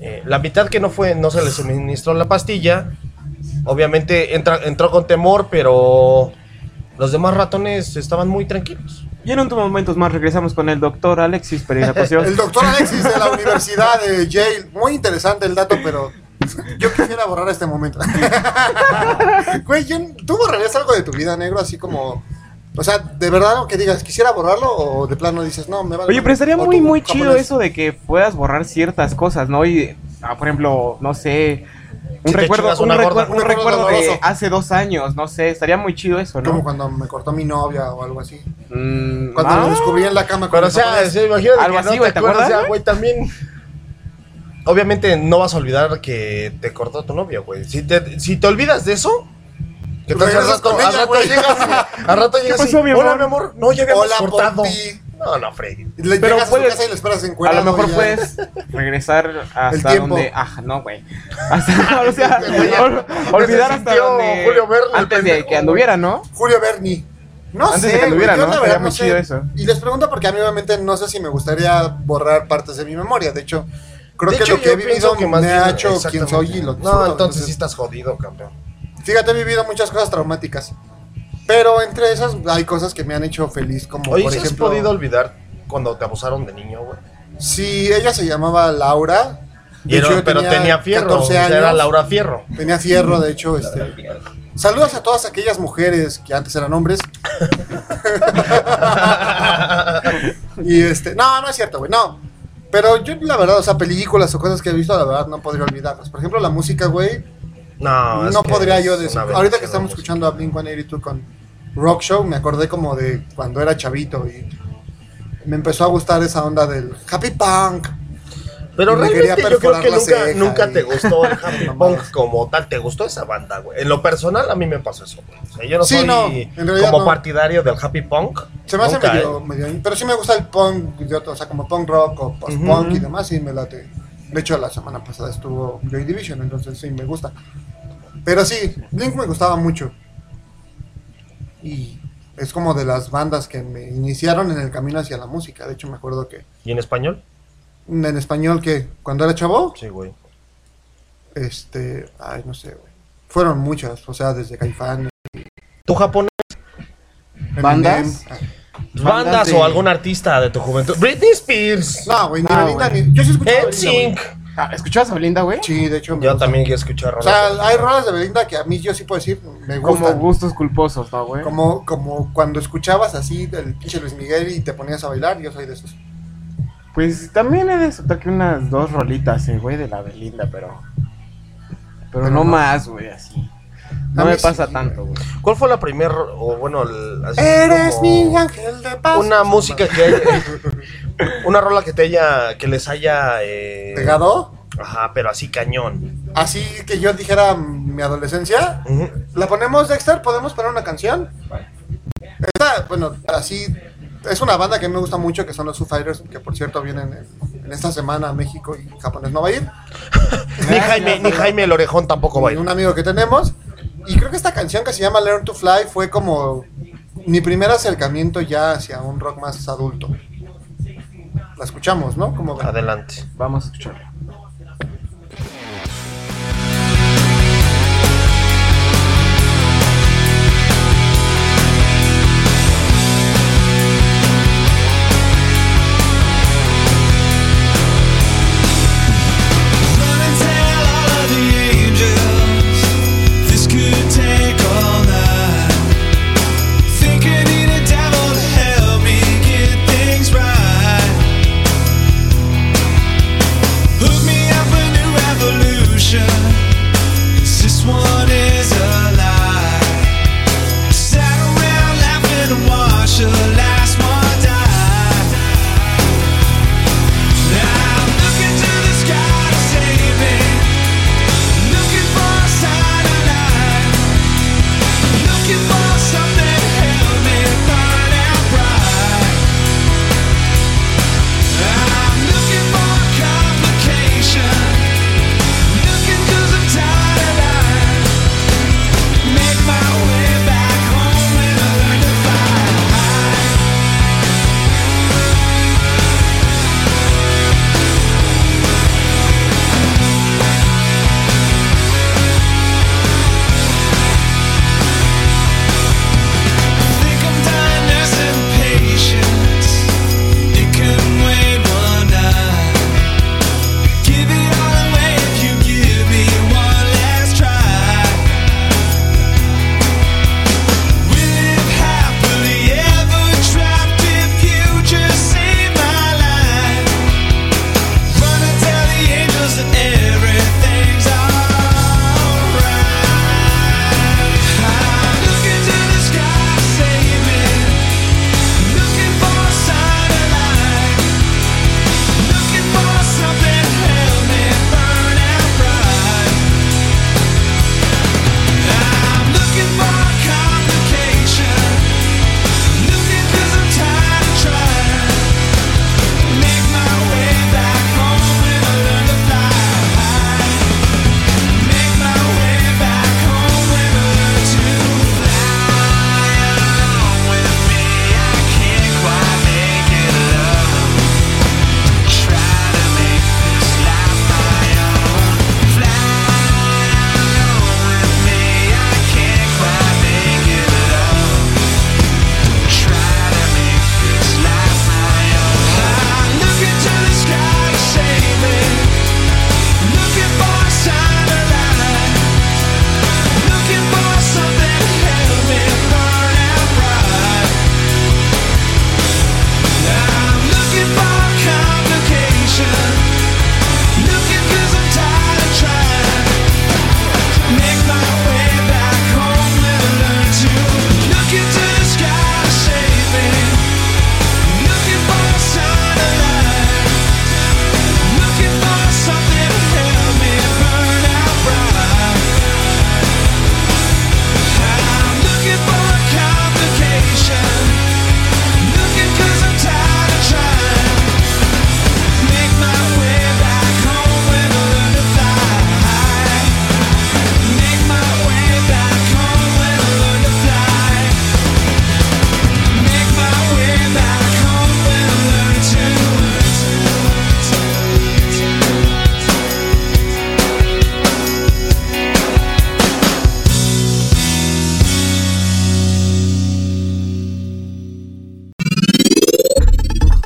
Speaker 8: Eh, la mitad que no fue, no se le suministró la pastilla. Obviamente entra- entró con temor, pero los demás ratones estaban muy tranquilos.
Speaker 9: Y en unos momentos más regresamos con el doctor Alexis Pereira Cosío.
Speaker 10: El doctor Alexis de la Universidad de Yale. Muy interesante el dato, pero yo quisiera borrar este momento. Güey, yo- ¿tú borrarías algo de tu vida, negro? Así como. O sea, de verdad, aunque digas, quisiera borrarlo o de plano dices, no, me va
Speaker 9: Oye, pero estaría muy, muy chido eso de que puedas borrar ciertas cosas, ¿no? Y, ah, por ejemplo, no sé, un
Speaker 10: Si te
Speaker 9: recuerdo,
Speaker 10: chingas
Speaker 9: un
Speaker 10: una gorda.
Speaker 9: recuerdo, un
Speaker 10: Un recuerdo
Speaker 9: recuerdo de
Speaker 10: doloroso.
Speaker 9: hace dos años, no sé, estaría muy chido eso,
Speaker 10: Como
Speaker 9: ¿no?
Speaker 10: cuando me cortó mi novia o algo así.
Speaker 9: Mm,
Speaker 10: Cuando
Speaker 9: ah,
Speaker 10: lo descubrí en la cama. con
Speaker 8: Pero o
Speaker 10: el
Speaker 8: sea,
Speaker 10: japonés.
Speaker 8: sí, imagínate
Speaker 9: Algo
Speaker 8: que
Speaker 9: así,
Speaker 8: no
Speaker 9: güey,
Speaker 8: te
Speaker 9: ¿te
Speaker 8: acuerdas,
Speaker 9: acuerdas,
Speaker 8: ah, güey, también. Obviamente no vas a olvidar que te cortó tu novia, güey. Si te, si te olvidas de eso, que te
Speaker 10: Regresas
Speaker 8: al rato, al
Speaker 10: con ella,
Speaker 8: rato
Speaker 10: güey.
Speaker 8: llegas, y- al rato
Speaker 10: ¿Qué
Speaker 8: llegas
Speaker 10: pasó,
Speaker 8: y,
Speaker 10: mi
Speaker 8: hola,
Speaker 10: amor?
Speaker 8: mi amor, no, ya habíamos
Speaker 10: Hola,
Speaker 8: cortado.
Speaker 10: Pompi.
Speaker 8: No, no, Freddy.
Speaker 10: Le
Speaker 9: Pero
Speaker 10: llegas
Speaker 9: puedes-
Speaker 10: a su casa y les paras
Speaker 9: a
Speaker 10: encuerdo.
Speaker 9: lo mejor puedes regresar hasta
Speaker 10: tiempo.
Speaker 9: donde... Ajá, no, güey. Hasta, o sea, ol- olvidar
Speaker 10: Se
Speaker 9: hasta
Speaker 10: sintió
Speaker 9: donde...
Speaker 10: Julio Verne,
Speaker 9: antes de
Speaker 10: pendejo,
Speaker 9: que anduviera, ¿no?
Speaker 10: Julio Berni. No
Speaker 9: Antes
Speaker 10: sé,
Speaker 9: de que
Speaker 10: güey,
Speaker 9: anduviera,
Speaker 10: yo
Speaker 9: ¿no?
Speaker 10: la
Speaker 9: Estaría
Speaker 10: verdad
Speaker 9: muy
Speaker 10: no sé.
Speaker 9: chido eso.
Speaker 10: Y les pregunto porque a mí obviamente no sé si me gustaría borrar partes de mi memoria. De hecho, creo
Speaker 8: De
Speaker 10: que
Speaker 8: hecho,
Speaker 10: lo que he
Speaker 8: yo pienso
Speaker 10: vivido
Speaker 8: que más
Speaker 10: me ha
Speaker 8: bien-
Speaker 10: hecho quien
Speaker 8: exactamente.
Speaker 10: soy y lo
Speaker 8: No,
Speaker 10: disfruto.
Speaker 8: entonces sí estás jodido, campeón.
Speaker 10: Fíjate, he vivido muchas cosas traumáticas. Pero entre esas hay cosas que me han hecho feliz, como
Speaker 8: Oye,
Speaker 10: por
Speaker 8: ¿sí has
Speaker 10: ejemplo...
Speaker 8: podido olvidar cuando te abusaron de niño, güey?
Speaker 10: Sí, ella se llamaba Laura. De
Speaker 8: Y era-
Speaker 10: hecho, yo
Speaker 8: pero tenía fierro, o sea, era Laura Fierro.
Speaker 10: Tenía fierro, de hecho, este. Saludos a todas aquellas mujeres que antes eran hombres. y este, no, no es cierto, güey, no. Pero yo la verdad, o sea, películas o cosas que he visto, la verdad no podría olvidarlas. Por ejemplo, la música, güey,
Speaker 8: No, es
Speaker 10: no
Speaker 8: que
Speaker 10: podría
Speaker 8: es
Speaker 10: yo
Speaker 8: una
Speaker 10: decir.
Speaker 8: bendición
Speaker 10: Ahorita que
Speaker 8: la
Speaker 10: estamos
Speaker 8: música.
Speaker 10: escuchando a Blink-182 con Rock Show, me acordé como de cuando era chavito y me empezó a gustar esa onda del happy punk.
Speaker 8: Pero
Speaker 10: Y me quería
Speaker 8: realmente yo creo
Speaker 10: perforar
Speaker 8: que
Speaker 10: la
Speaker 8: nunca,
Speaker 10: ceja
Speaker 8: nunca
Speaker 10: y-
Speaker 8: te gustó el Japón punk como tal. ¿Te gustó esa banda, güey? En lo personal a mí me pasó eso, güey. O sea, yo no
Speaker 10: Sí,
Speaker 8: soy
Speaker 10: no, en realidad
Speaker 8: como
Speaker 10: no.
Speaker 8: partidario del happy punk.
Speaker 10: Se me hace
Speaker 8: Nunca,
Speaker 10: medio,
Speaker 8: ¿eh?
Speaker 10: medio- Pero sí me gusta el punk, de otro, o sea, como punk rock o post-punk
Speaker 8: Ujú.
Speaker 10: y demás, y me late. De hecho, la semana pasada estuvo Joy Division, entonces sí, me gusta. Pero sí, Blink me gustaba mucho. Y es como de las bandas que me iniciaron en el camino hacia la música. De hecho, me acuerdo que
Speaker 8: ¿Y en español?
Speaker 10: en español que cuando era chavo,
Speaker 8: Sí, güey.
Speaker 10: este, ay, no sé, güey. Fueron muchas, o sea, desde Caifán.
Speaker 8: ¿Tú japonés?
Speaker 10: ¿Bandas?
Speaker 8: Bandas
Speaker 10: de-
Speaker 8: o algún artista de tu juventud. Britney Spears.
Speaker 10: No, güey, ni
Speaker 8: No,
Speaker 10: Belinda
Speaker 8: güey.
Speaker 10: ni. Yo sí escuchaba. a Belinda, güey.
Speaker 8: NSYNC.
Speaker 10: Ah,
Speaker 9: ¿Escuchabas a Belinda, güey?
Speaker 10: Sí, de hecho.
Speaker 8: Yo también quiero escuchar
Speaker 10: O
Speaker 8: rolas
Speaker 10: sea,
Speaker 8: de-
Speaker 10: hay rolas de Belinda que a mí yo sí puedo decir, me
Speaker 9: Como
Speaker 10: gustan.
Speaker 9: gustos culposos, ¿no, güey?
Speaker 10: Como, como cuando escuchabas así del pinche Luis Miguel y te ponías a bailar, yo soy de esos.
Speaker 9: Pues también he de soltar que unas dos rolitas, eh, güey, de la Belinda, pero. Pero,
Speaker 10: Pero
Speaker 9: no,
Speaker 10: no.
Speaker 9: más, güey, así. No
Speaker 10: A mí
Speaker 9: me
Speaker 10: sí,
Speaker 9: pasa tanto, güey.
Speaker 8: ¿Cuál fue la primera, o bueno, el- así
Speaker 10: Eres
Speaker 8: como
Speaker 10: mi ángel de paz.
Speaker 8: una música que haya- una rola que te haya, que les haya eh,
Speaker 10: ¿Pegado?
Speaker 8: Ajá, pero así cañón.
Speaker 10: Así que yo dijera mm, mi adolescencia.
Speaker 8: Ujú.
Speaker 10: ¿La ponemos, Dexter? ¿Podemos poner una canción? Esta, bueno, así. Es una banda que me gusta mucho, que son los Foo Fighters, que por cierto vienen en, en esta semana a México y japonés no va a ir.
Speaker 8: Ni Jaime, ni Jaime el orejón tampoco va a ir.
Speaker 10: un amigo que tenemos. Y creo que esta canción que se llama Learn to Fly fue como mi primer acercamiento ya hacia un rock más adulto. La escuchamos, ¿no? Como ven.
Speaker 8: Adelante.
Speaker 9: Vamos a escucharla.
Speaker 12: Help me get things right. Who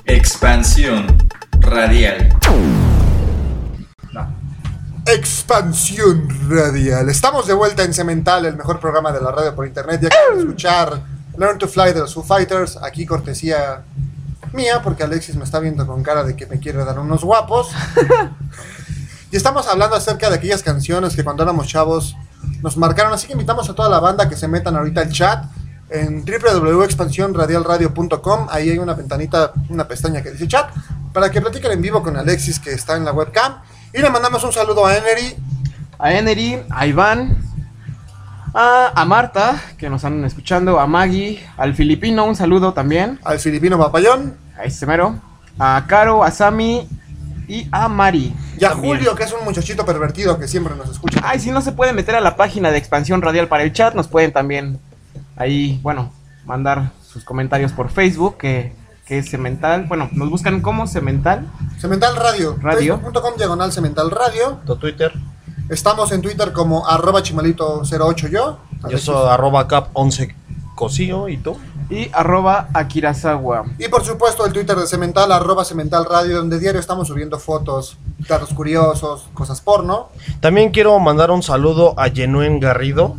Speaker 7: Expansión radial.
Speaker 10: Expansión Radial. Estamos de vuelta en Cemental, el mejor programa de la radio por internet. Ya acaban de escuchar Learn to Fly de los Foo Fighters. Aquí cortesía mía, porque Alexis me está viendo con cara de que me quiere dar unos guapos. y estamos hablando acerca de aquellas canciones que cuando éramos chavos nos marcaron. Así que invitamos a toda la banda que se metan ahorita al chat en www.expansionradialradio.com. Ahí hay una ventanita, una pestaña que dice chat, para que platiquen en vivo con Alexis que está en la webcam. Y le mandamos un saludo a Enery.
Speaker 9: A Enery, a Iván, a, a Marta, que nos han escuchando, a Maggie, al filipino, un saludo también.
Speaker 10: Al filipino papayón.
Speaker 9: A ese mero. A Caro, a Sami y a Mari.
Speaker 10: Y a Julio, que es un muchachito pervertido que siempre nos escucha.
Speaker 9: Ay, si no se puede meter a la página de Expansión Radial para el chat, nos pueden también ahí, bueno, mandar sus comentarios por Facebook, que, que es Cemental. Bueno, nos buscan como Cemental.
Speaker 10: Cemental Radio.
Speaker 9: Radio.
Speaker 10: Facebook.com diagonal Cemental Radio.
Speaker 8: Tu Twitter.
Speaker 10: Estamos en Twitter como arroba chimalito08 yo.
Speaker 8: Yo soy arroba cap 11 cosío y tú.
Speaker 9: Y arroba Akirazawa.
Speaker 10: Y por supuesto el Twitter de Cemental, arroba Cemental Radio, donde diario estamos subiendo fotos, datos curiosos, cosas porno.
Speaker 8: También quiero mandar un saludo a Yenuen Garrido,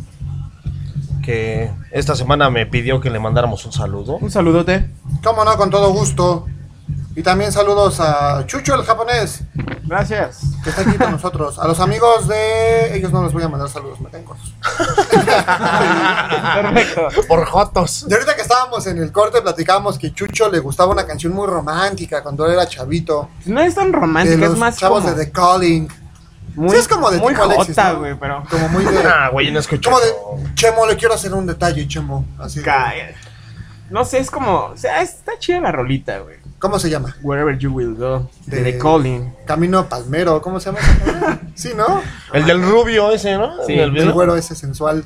Speaker 8: que esta semana me pidió que le mandáramos un saludo.
Speaker 9: Un saludote.
Speaker 10: Cómo no, con todo gusto. Y también saludos a Chucho el japonés,
Speaker 9: Gracias.
Speaker 10: que está aquí con nosotros. A los amigos de... Ellos no les voy a mandar saludos, me caen gordos.
Speaker 9: Perfecto.
Speaker 8: Por jotos.
Speaker 10: Y ahorita que estábamos en el corte platicábamos que Chucho le gustaba una canción muy romántica cuando él era chavito.
Speaker 9: No es tan
Speaker 10: de
Speaker 9: romántico,
Speaker 10: los
Speaker 9: Ah, es más
Speaker 10: chavos
Speaker 9: como
Speaker 10: de The Calling.
Speaker 9: muy,
Speaker 10: sí, es como de
Speaker 9: muy
Speaker 10: tipo Alexis,
Speaker 9: jota,
Speaker 10: ¿no?
Speaker 9: güey, pero...
Speaker 10: Como muy de...
Speaker 8: Ah, güey, no escucho.
Speaker 10: Como de... Chemo, le quiero hacer un detalle, Chemo. Así de-
Speaker 9: Cállate. No sé, es como... O sea, está chida la rolita, güey.
Speaker 10: ¿Cómo se llama?
Speaker 9: Wherever you will go. De,
Speaker 10: De-
Speaker 9: The Calling.
Speaker 10: Camino Palmero, ¿cómo se llama? esa madre? sí, ¿no?
Speaker 8: El del rubio ese, ¿no?
Speaker 9: Sí,
Speaker 8: En el
Speaker 10: El
Speaker 8: video.
Speaker 10: güero ese sensual.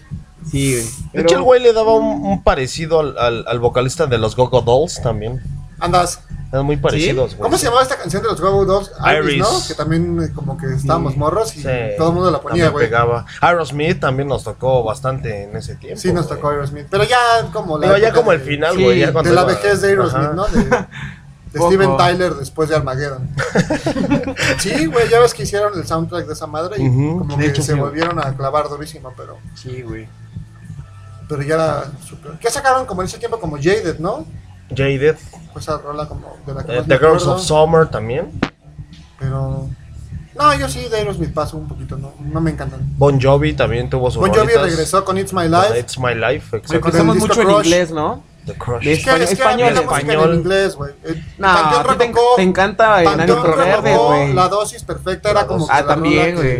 Speaker 9: Sí, güey.
Speaker 8: De hecho, el güey le daba un, un parecido al, al- al vocalista de los Gogo Dolls también.
Speaker 10: Andas.
Speaker 8: Eran muy parecidos, güey.
Speaker 10: ¿Cómo se llamaba esta canción de los Go Dolls? Iris,
Speaker 8: Pues Iris.
Speaker 10: ¿no? Que también eh, como que estábamos morros y
Speaker 8: Sí,
Speaker 10: todo el mundo la ponía,
Speaker 8: también
Speaker 10: güey.
Speaker 8: pegaba. Aerosmith también nos tocó bastante en ese tiempo.
Speaker 10: Sí, nos
Speaker 8: güey.
Speaker 10: tocó Aerosmith. Pero ya como la.
Speaker 8: Pero ya
Speaker 10: época
Speaker 8: como el
Speaker 10: de-
Speaker 8: final,
Speaker 9: sí,
Speaker 8: güey. ya
Speaker 9: de
Speaker 8: cuando
Speaker 10: De la
Speaker 8: iba-
Speaker 10: vejez de Aerosmith,
Speaker 8: Ajá.
Speaker 10: ¿no? De, de
Speaker 9: Poco.
Speaker 10: Steven Tyler después de Armageddon. sí, güey, ya ves que hicieron el soundtrack de esa madre y
Speaker 8: Ujú.
Speaker 10: como
Speaker 9: De
Speaker 10: que
Speaker 9: hecho,
Speaker 10: se
Speaker 9: sí, güey.
Speaker 10: volvieron a clavar durísimo, pero,
Speaker 9: Sí, güey.
Speaker 10: pero ya era super. ¿Qué sacaron como en ese tiempo? Como Jaded, ¿no?
Speaker 8: Jaded.
Speaker 10: Pues esa rola como de la que
Speaker 8: eh,
Speaker 10: más me
Speaker 8: The Girls
Speaker 10: acuerdo,
Speaker 8: of Summer también.
Speaker 10: Pero. No, yo sí de Aerosmith paso un poquito, no, no me encantan.
Speaker 8: Bon Jovi también tuvo su
Speaker 10: Bon Jovi regresó con It's My Life.
Speaker 8: It's My Life, exacto.
Speaker 10: con el
Speaker 9: Pensamos
Speaker 10: disco
Speaker 9: mucho en
Speaker 10: Crush.
Speaker 9: inglés, ¿no?
Speaker 8: The Crush.
Speaker 9: de-
Speaker 10: Es que, es que a mí
Speaker 9: Español,
Speaker 10: la música
Speaker 8: español.
Speaker 10: en inglés, güey. Eh,
Speaker 9: No,
Speaker 10: Panteón
Speaker 9: a ti te, en-
Speaker 10: Rococó-
Speaker 9: te encanta
Speaker 10: Panteón
Speaker 9: Enano Verde,
Speaker 10: Rococó,
Speaker 9: güey.
Speaker 10: La dosis perfecta era como. que
Speaker 9: Ah,
Speaker 10: la rola
Speaker 9: también,
Speaker 10: que-
Speaker 9: güey.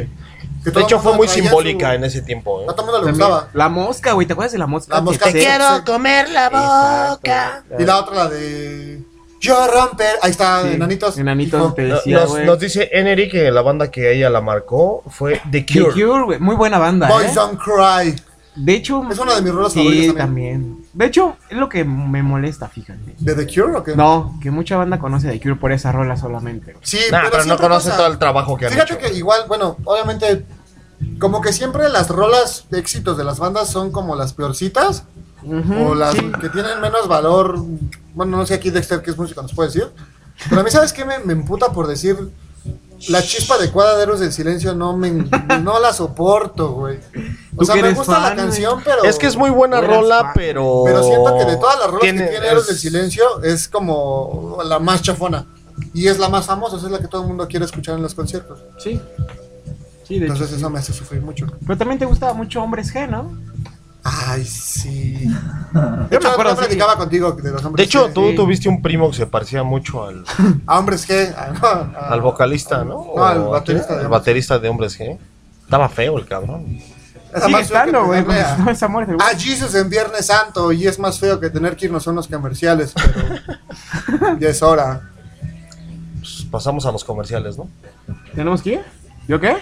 Speaker 10: que todo
Speaker 8: De
Speaker 10: el
Speaker 8: hecho,
Speaker 10: mundo
Speaker 8: fue muy
Speaker 10: traía
Speaker 8: simbólica
Speaker 10: su-
Speaker 8: en ese tiempo. ¿eh?
Speaker 10: A todo el mundo le
Speaker 9: También.
Speaker 10: gustaba.
Speaker 9: La mosca, güey. ¿Te acuerdas de la mosca?
Speaker 10: La mosca
Speaker 9: Sí,
Speaker 10: que-
Speaker 9: sí.
Speaker 10: Quiero
Speaker 1: comer la
Speaker 10: Y la otra, la de. Yo romper. Ahí está,
Speaker 9: Sí,
Speaker 10: enanitos.
Speaker 9: Enanitos
Speaker 10: Dijo,
Speaker 9: te
Speaker 8: No-
Speaker 9: decía,
Speaker 8: nos,
Speaker 9: güey.
Speaker 8: nos dice Enery que la banda que ella la marcó fue The
Speaker 9: The
Speaker 8: Cure.
Speaker 9: Cure, güey. Muy buena banda,
Speaker 10: Boys
Speaker 9: ¿eh?
Speaker 10: Don't Cry.
Speaker 9: De hecho...
Speaker 10: Es una de mis rolas
Speaker 9: Sí,
Speaker 10: favoritas
Speaker 9: también. De hecho, es lo que me molesta, fíjate.
Speaker 10: ¿De The Cure o qué?
Speaker 9: No, que mucha banda conoce The Cure por esa rola solamente. güey.
Speaker 10: Eh, Sí,
Speaker 8: Nah, pero, no
Speaker 10: siempre
Speaker 8: conoce
Speaker 10: pasa.
Speaker 8: todo el trabajo que han
Speaker 10: Fíjate
Speaker 8: hecho.
Speaker 10: que igual, bueno, obviamente. Como que siempre las rolas de éxitos de las bandas son como las peorcitas.
Speaker 9: Ujú,
Speaker 10: o las
Speaker 9: sí.
Speaker 10: que tienen menos valor. Bueno, no sé aquí Dexter qué es músico, nos puede decir. Pero a mí, ¿sabes qué? Me, me emputa por decir. La chispa adecuada de Héroes del Silencio no me no la soporto, güey. O
Speaker 9: Tú
Speaker 10: sea,
Speaker 9: que
Speaker 10: me
Speaker 9: eres
Speaker 10: gusta la
Speaker 9: fan, güey.
Speaker 10: canción, pero.
Speaker 8: Es que es muy buena
Speaker 9: Buenas
Speaker 8: rola,
Speaker 9: bandas.
Speaker 8: pero.
Speaker 10: Pero siento que de
Speaker 9: Oh,
Speaker 10: todas las rolas que tiene Héroes del
Speaker 8: es-
Speaker 10: Silencio es como la más chafona. Y es la más famosa, esa es la que todo el mundo quiere escuchar en los conciertos.
Speaker 9: Sí. Sí, de hecho.
Speaker 10: Entonces eso me hace sufrir mucho.
Speaker 9: Pero también te gustaba mucho Hombres G, ¿no?
Speaker 10: Ay, sí.
Speaker 9: me
Speaker 10: Yo me
Speaker 9: acuerdo,
Speaker 10: acuerdo,
Speaker 9: sí.
Speaker 10: platicaba contigo de los hombres
Speaker 8: De hecho,
Speaker 10: G.
Speaker 8: tú
Speaker 9: Sí.
Speaker 8: tuviste un primo que se parecía mucho al,
Speaker 10: A hombres G. a- no, ah, a-
Speaker 8: al vocalista, ¿no?
Speaker 10: No, al
Speaker 8: O-
Speaker 10: baterista de
Speaker 8: al
Speaker 10: Hombres G.
Speaker 8: baterista de Hombres G. Estaba feo el cabrón.
Speaker 10: Era
Speaker 9: Sigue
Speaker 10: más feo que
Speaker 9: estando, güey.
Speaker 10: tenerle
Speaker 9: porque No
Speaker 10: A,
Speaker 9: es amor. güey.
Speaker 10: a Jesus en Viernes Santo y es más feo que tener que irnos a unos comerciales, pero ya es hora.
Speaker 8: Pues, pasamos a los comerciales, ¿no?
Speaker 9: ¿Tenemos que ir? ¿Yo qué?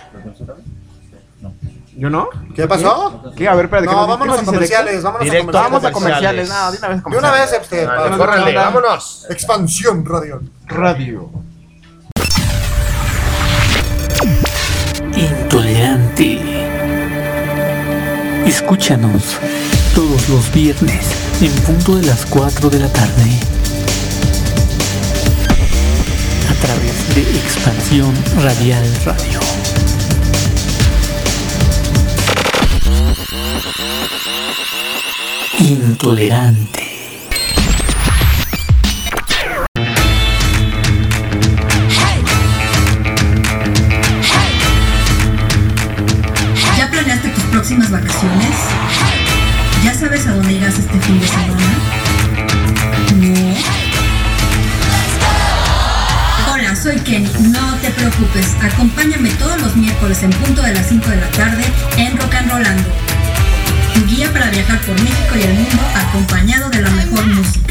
Speaker 9: ¿Yo no?
Speaker 10: ¿Qué pasó?
Speaker 9: ¿Qué? A ver, espérate. ¿qué
Speaker 10: No,
Speaker 9: nos- qué
Speaker 10: vámonos
Speaker 9: nos
Speaker 10: a
Speaker 9: dice
Speaker 10: comerciales,
Speaker 9: Alexa?
Speaker 10: vámonos
Speaker 8: Directo,
Speaker 10: a
Speaker 9: Vamos a Ah,
Speaker 10: comerciales.
Speaker 9: comerciales.
Speaker 8: Comerciales.
Speaker 9: No, de una vez
Speaker 10: De una vez,
Speaker 9: comerciales.
Speaker 10: este,
Speaker 8: Dale,
Speaker 10: para-
Speaker 8: córrele,
Speaker 9: para-
Speaker 8: vámonos.
Speaker 10: Expansión Radio.
Speaker 9: Radio.
Speaker 12: Intolerante. Escúchanos todos los viernes en punto de las 4 de la tarde. través de Expansión Radial Radio. Intolerante.
Speaker 13: ¿Ya planeaste tus próximas vacaciones? ¿Ya sabes a dónde irás este fin de semana? ¿No? Hola, soy Kenny. No te preocupes. Acompáñame todos los miércoles en punto de las 5 de la tarde en Rock and Rolando. Tu guía para viajar por México y el mundo acompañado de la mejor música.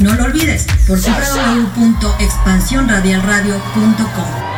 Speaker 13: No lo olvides, por www.expansionradialradio.com.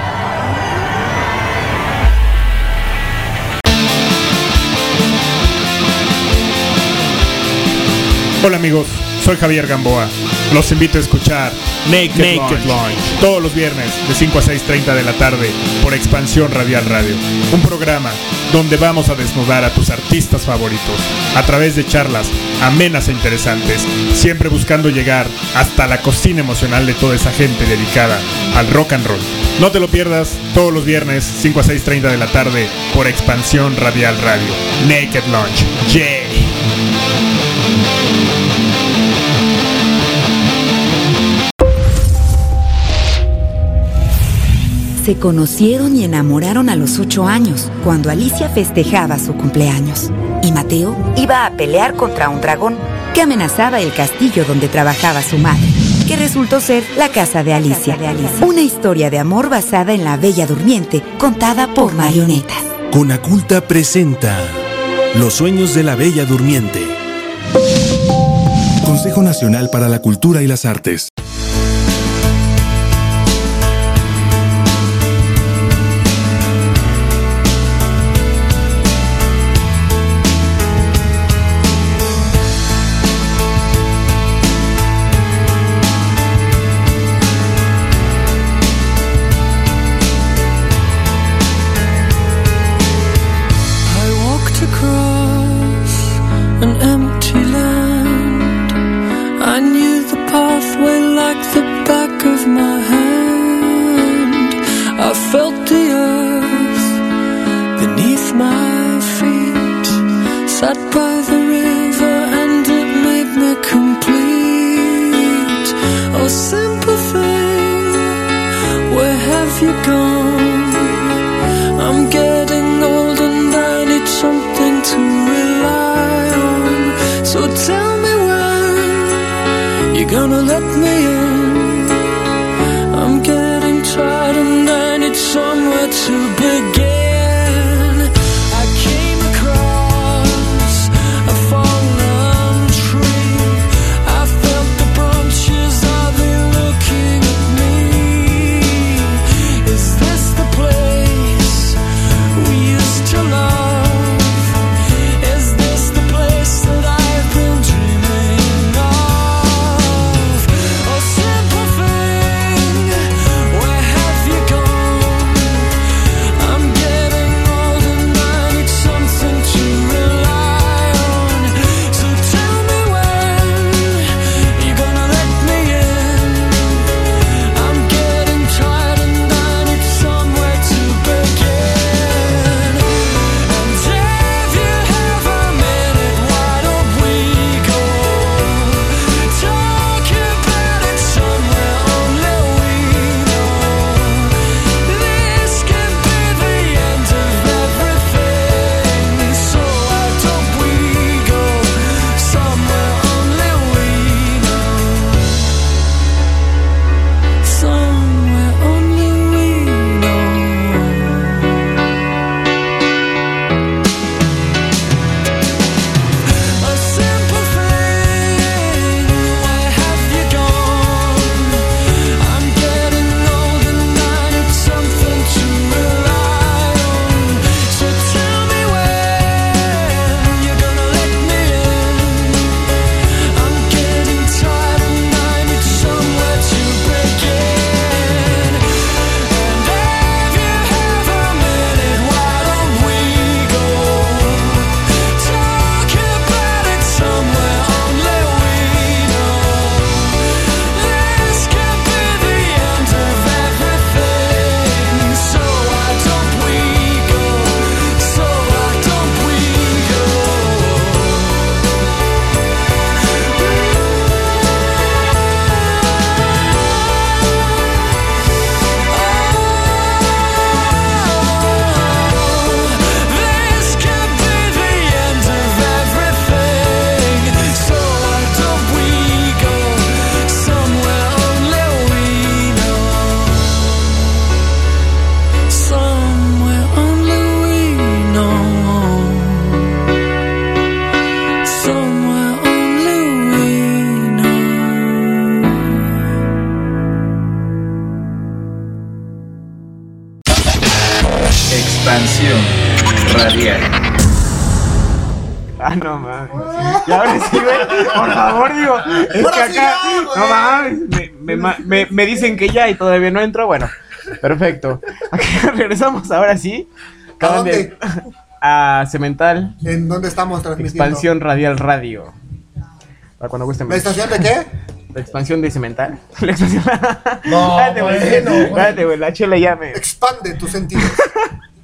Speaker 14: Hola amigos, soy Javier Gamboa. Los invito a escuchar Naked, Launch, todos los viernes de 5 a 6.30 de la tarde por Expansión Radial Radio. Un programa donde vamos a desnudar a tus artistas favoritos a través de charlas amenas e interesantes, siempre buscando llegar hasta la cocina emocional de toda esa gente dedicada al rock and roll. No te lo pierdas todos los viernes 5 a 6.30 de la tarde por Expansión Radial Radio. Naked Launch. Yeah.
Speaker 15: Se conocieron y enamoraron a los ocho años, cuando Alicia festejaba su cumpleaños. Y Mateo iba a pelear contra un dragón que amenazaba el castillo donde trabajaba su madre, que resultó ser la casa de Alicia. Una historia de amor basada en la Bella Durmiente, contada por marionetas.
Speaker 16: Conaculta presenta Los sueños de la Bella Durmiente. Consejo Nacional para la Cultura y las Artes.
Speaker 6: I walked across an empty land. I knew the pathway like the back of my hand. I felt the earth beneath my feet. Sat by the river and it made me complete. Oh, simple thing, where have you gone? I'm getting old and I need something to rely on. So tell me when you're gonna let me in. I'm getting tired and I need somewhere to begin. I came across a fallen tree. I felt the branches are they looking at me? Is this the place? We used to love. Is this the place that I've been dreaming of? Oh, simple thing, where have you gone? I'm
Speaker 9: Ah, no mames. Y ahora sí, güey. Por favor, digo. Es
Speaker 10: Ahora
Speaker 9: que
Speaker 10: sí
Speaker 9: acá.
Speaker 10: ya, güey.
Speaker 9: no mames. Me, me ma- me- me dicen que ya y todavía no entro. Bueno, perfecto. Acá regresamos ahora sí.
Speaker 10: ¿A
Speaker 9: Acaban de- A Cemental.
Speaker 10: ¿En dónde estamos transmitiendo?
Speaker 9: Expansión Radial Radio. Para cuando gusten.
Speaker 10: ¿La estación de qué?
Speaker 9: La expansión de Cemental. La expansión. No, güey.
Speaker 10: bueno, bueno.
Speaker 9: Espérate, güey. La chela ya me.
Speaker 10: Expande tus sentidos.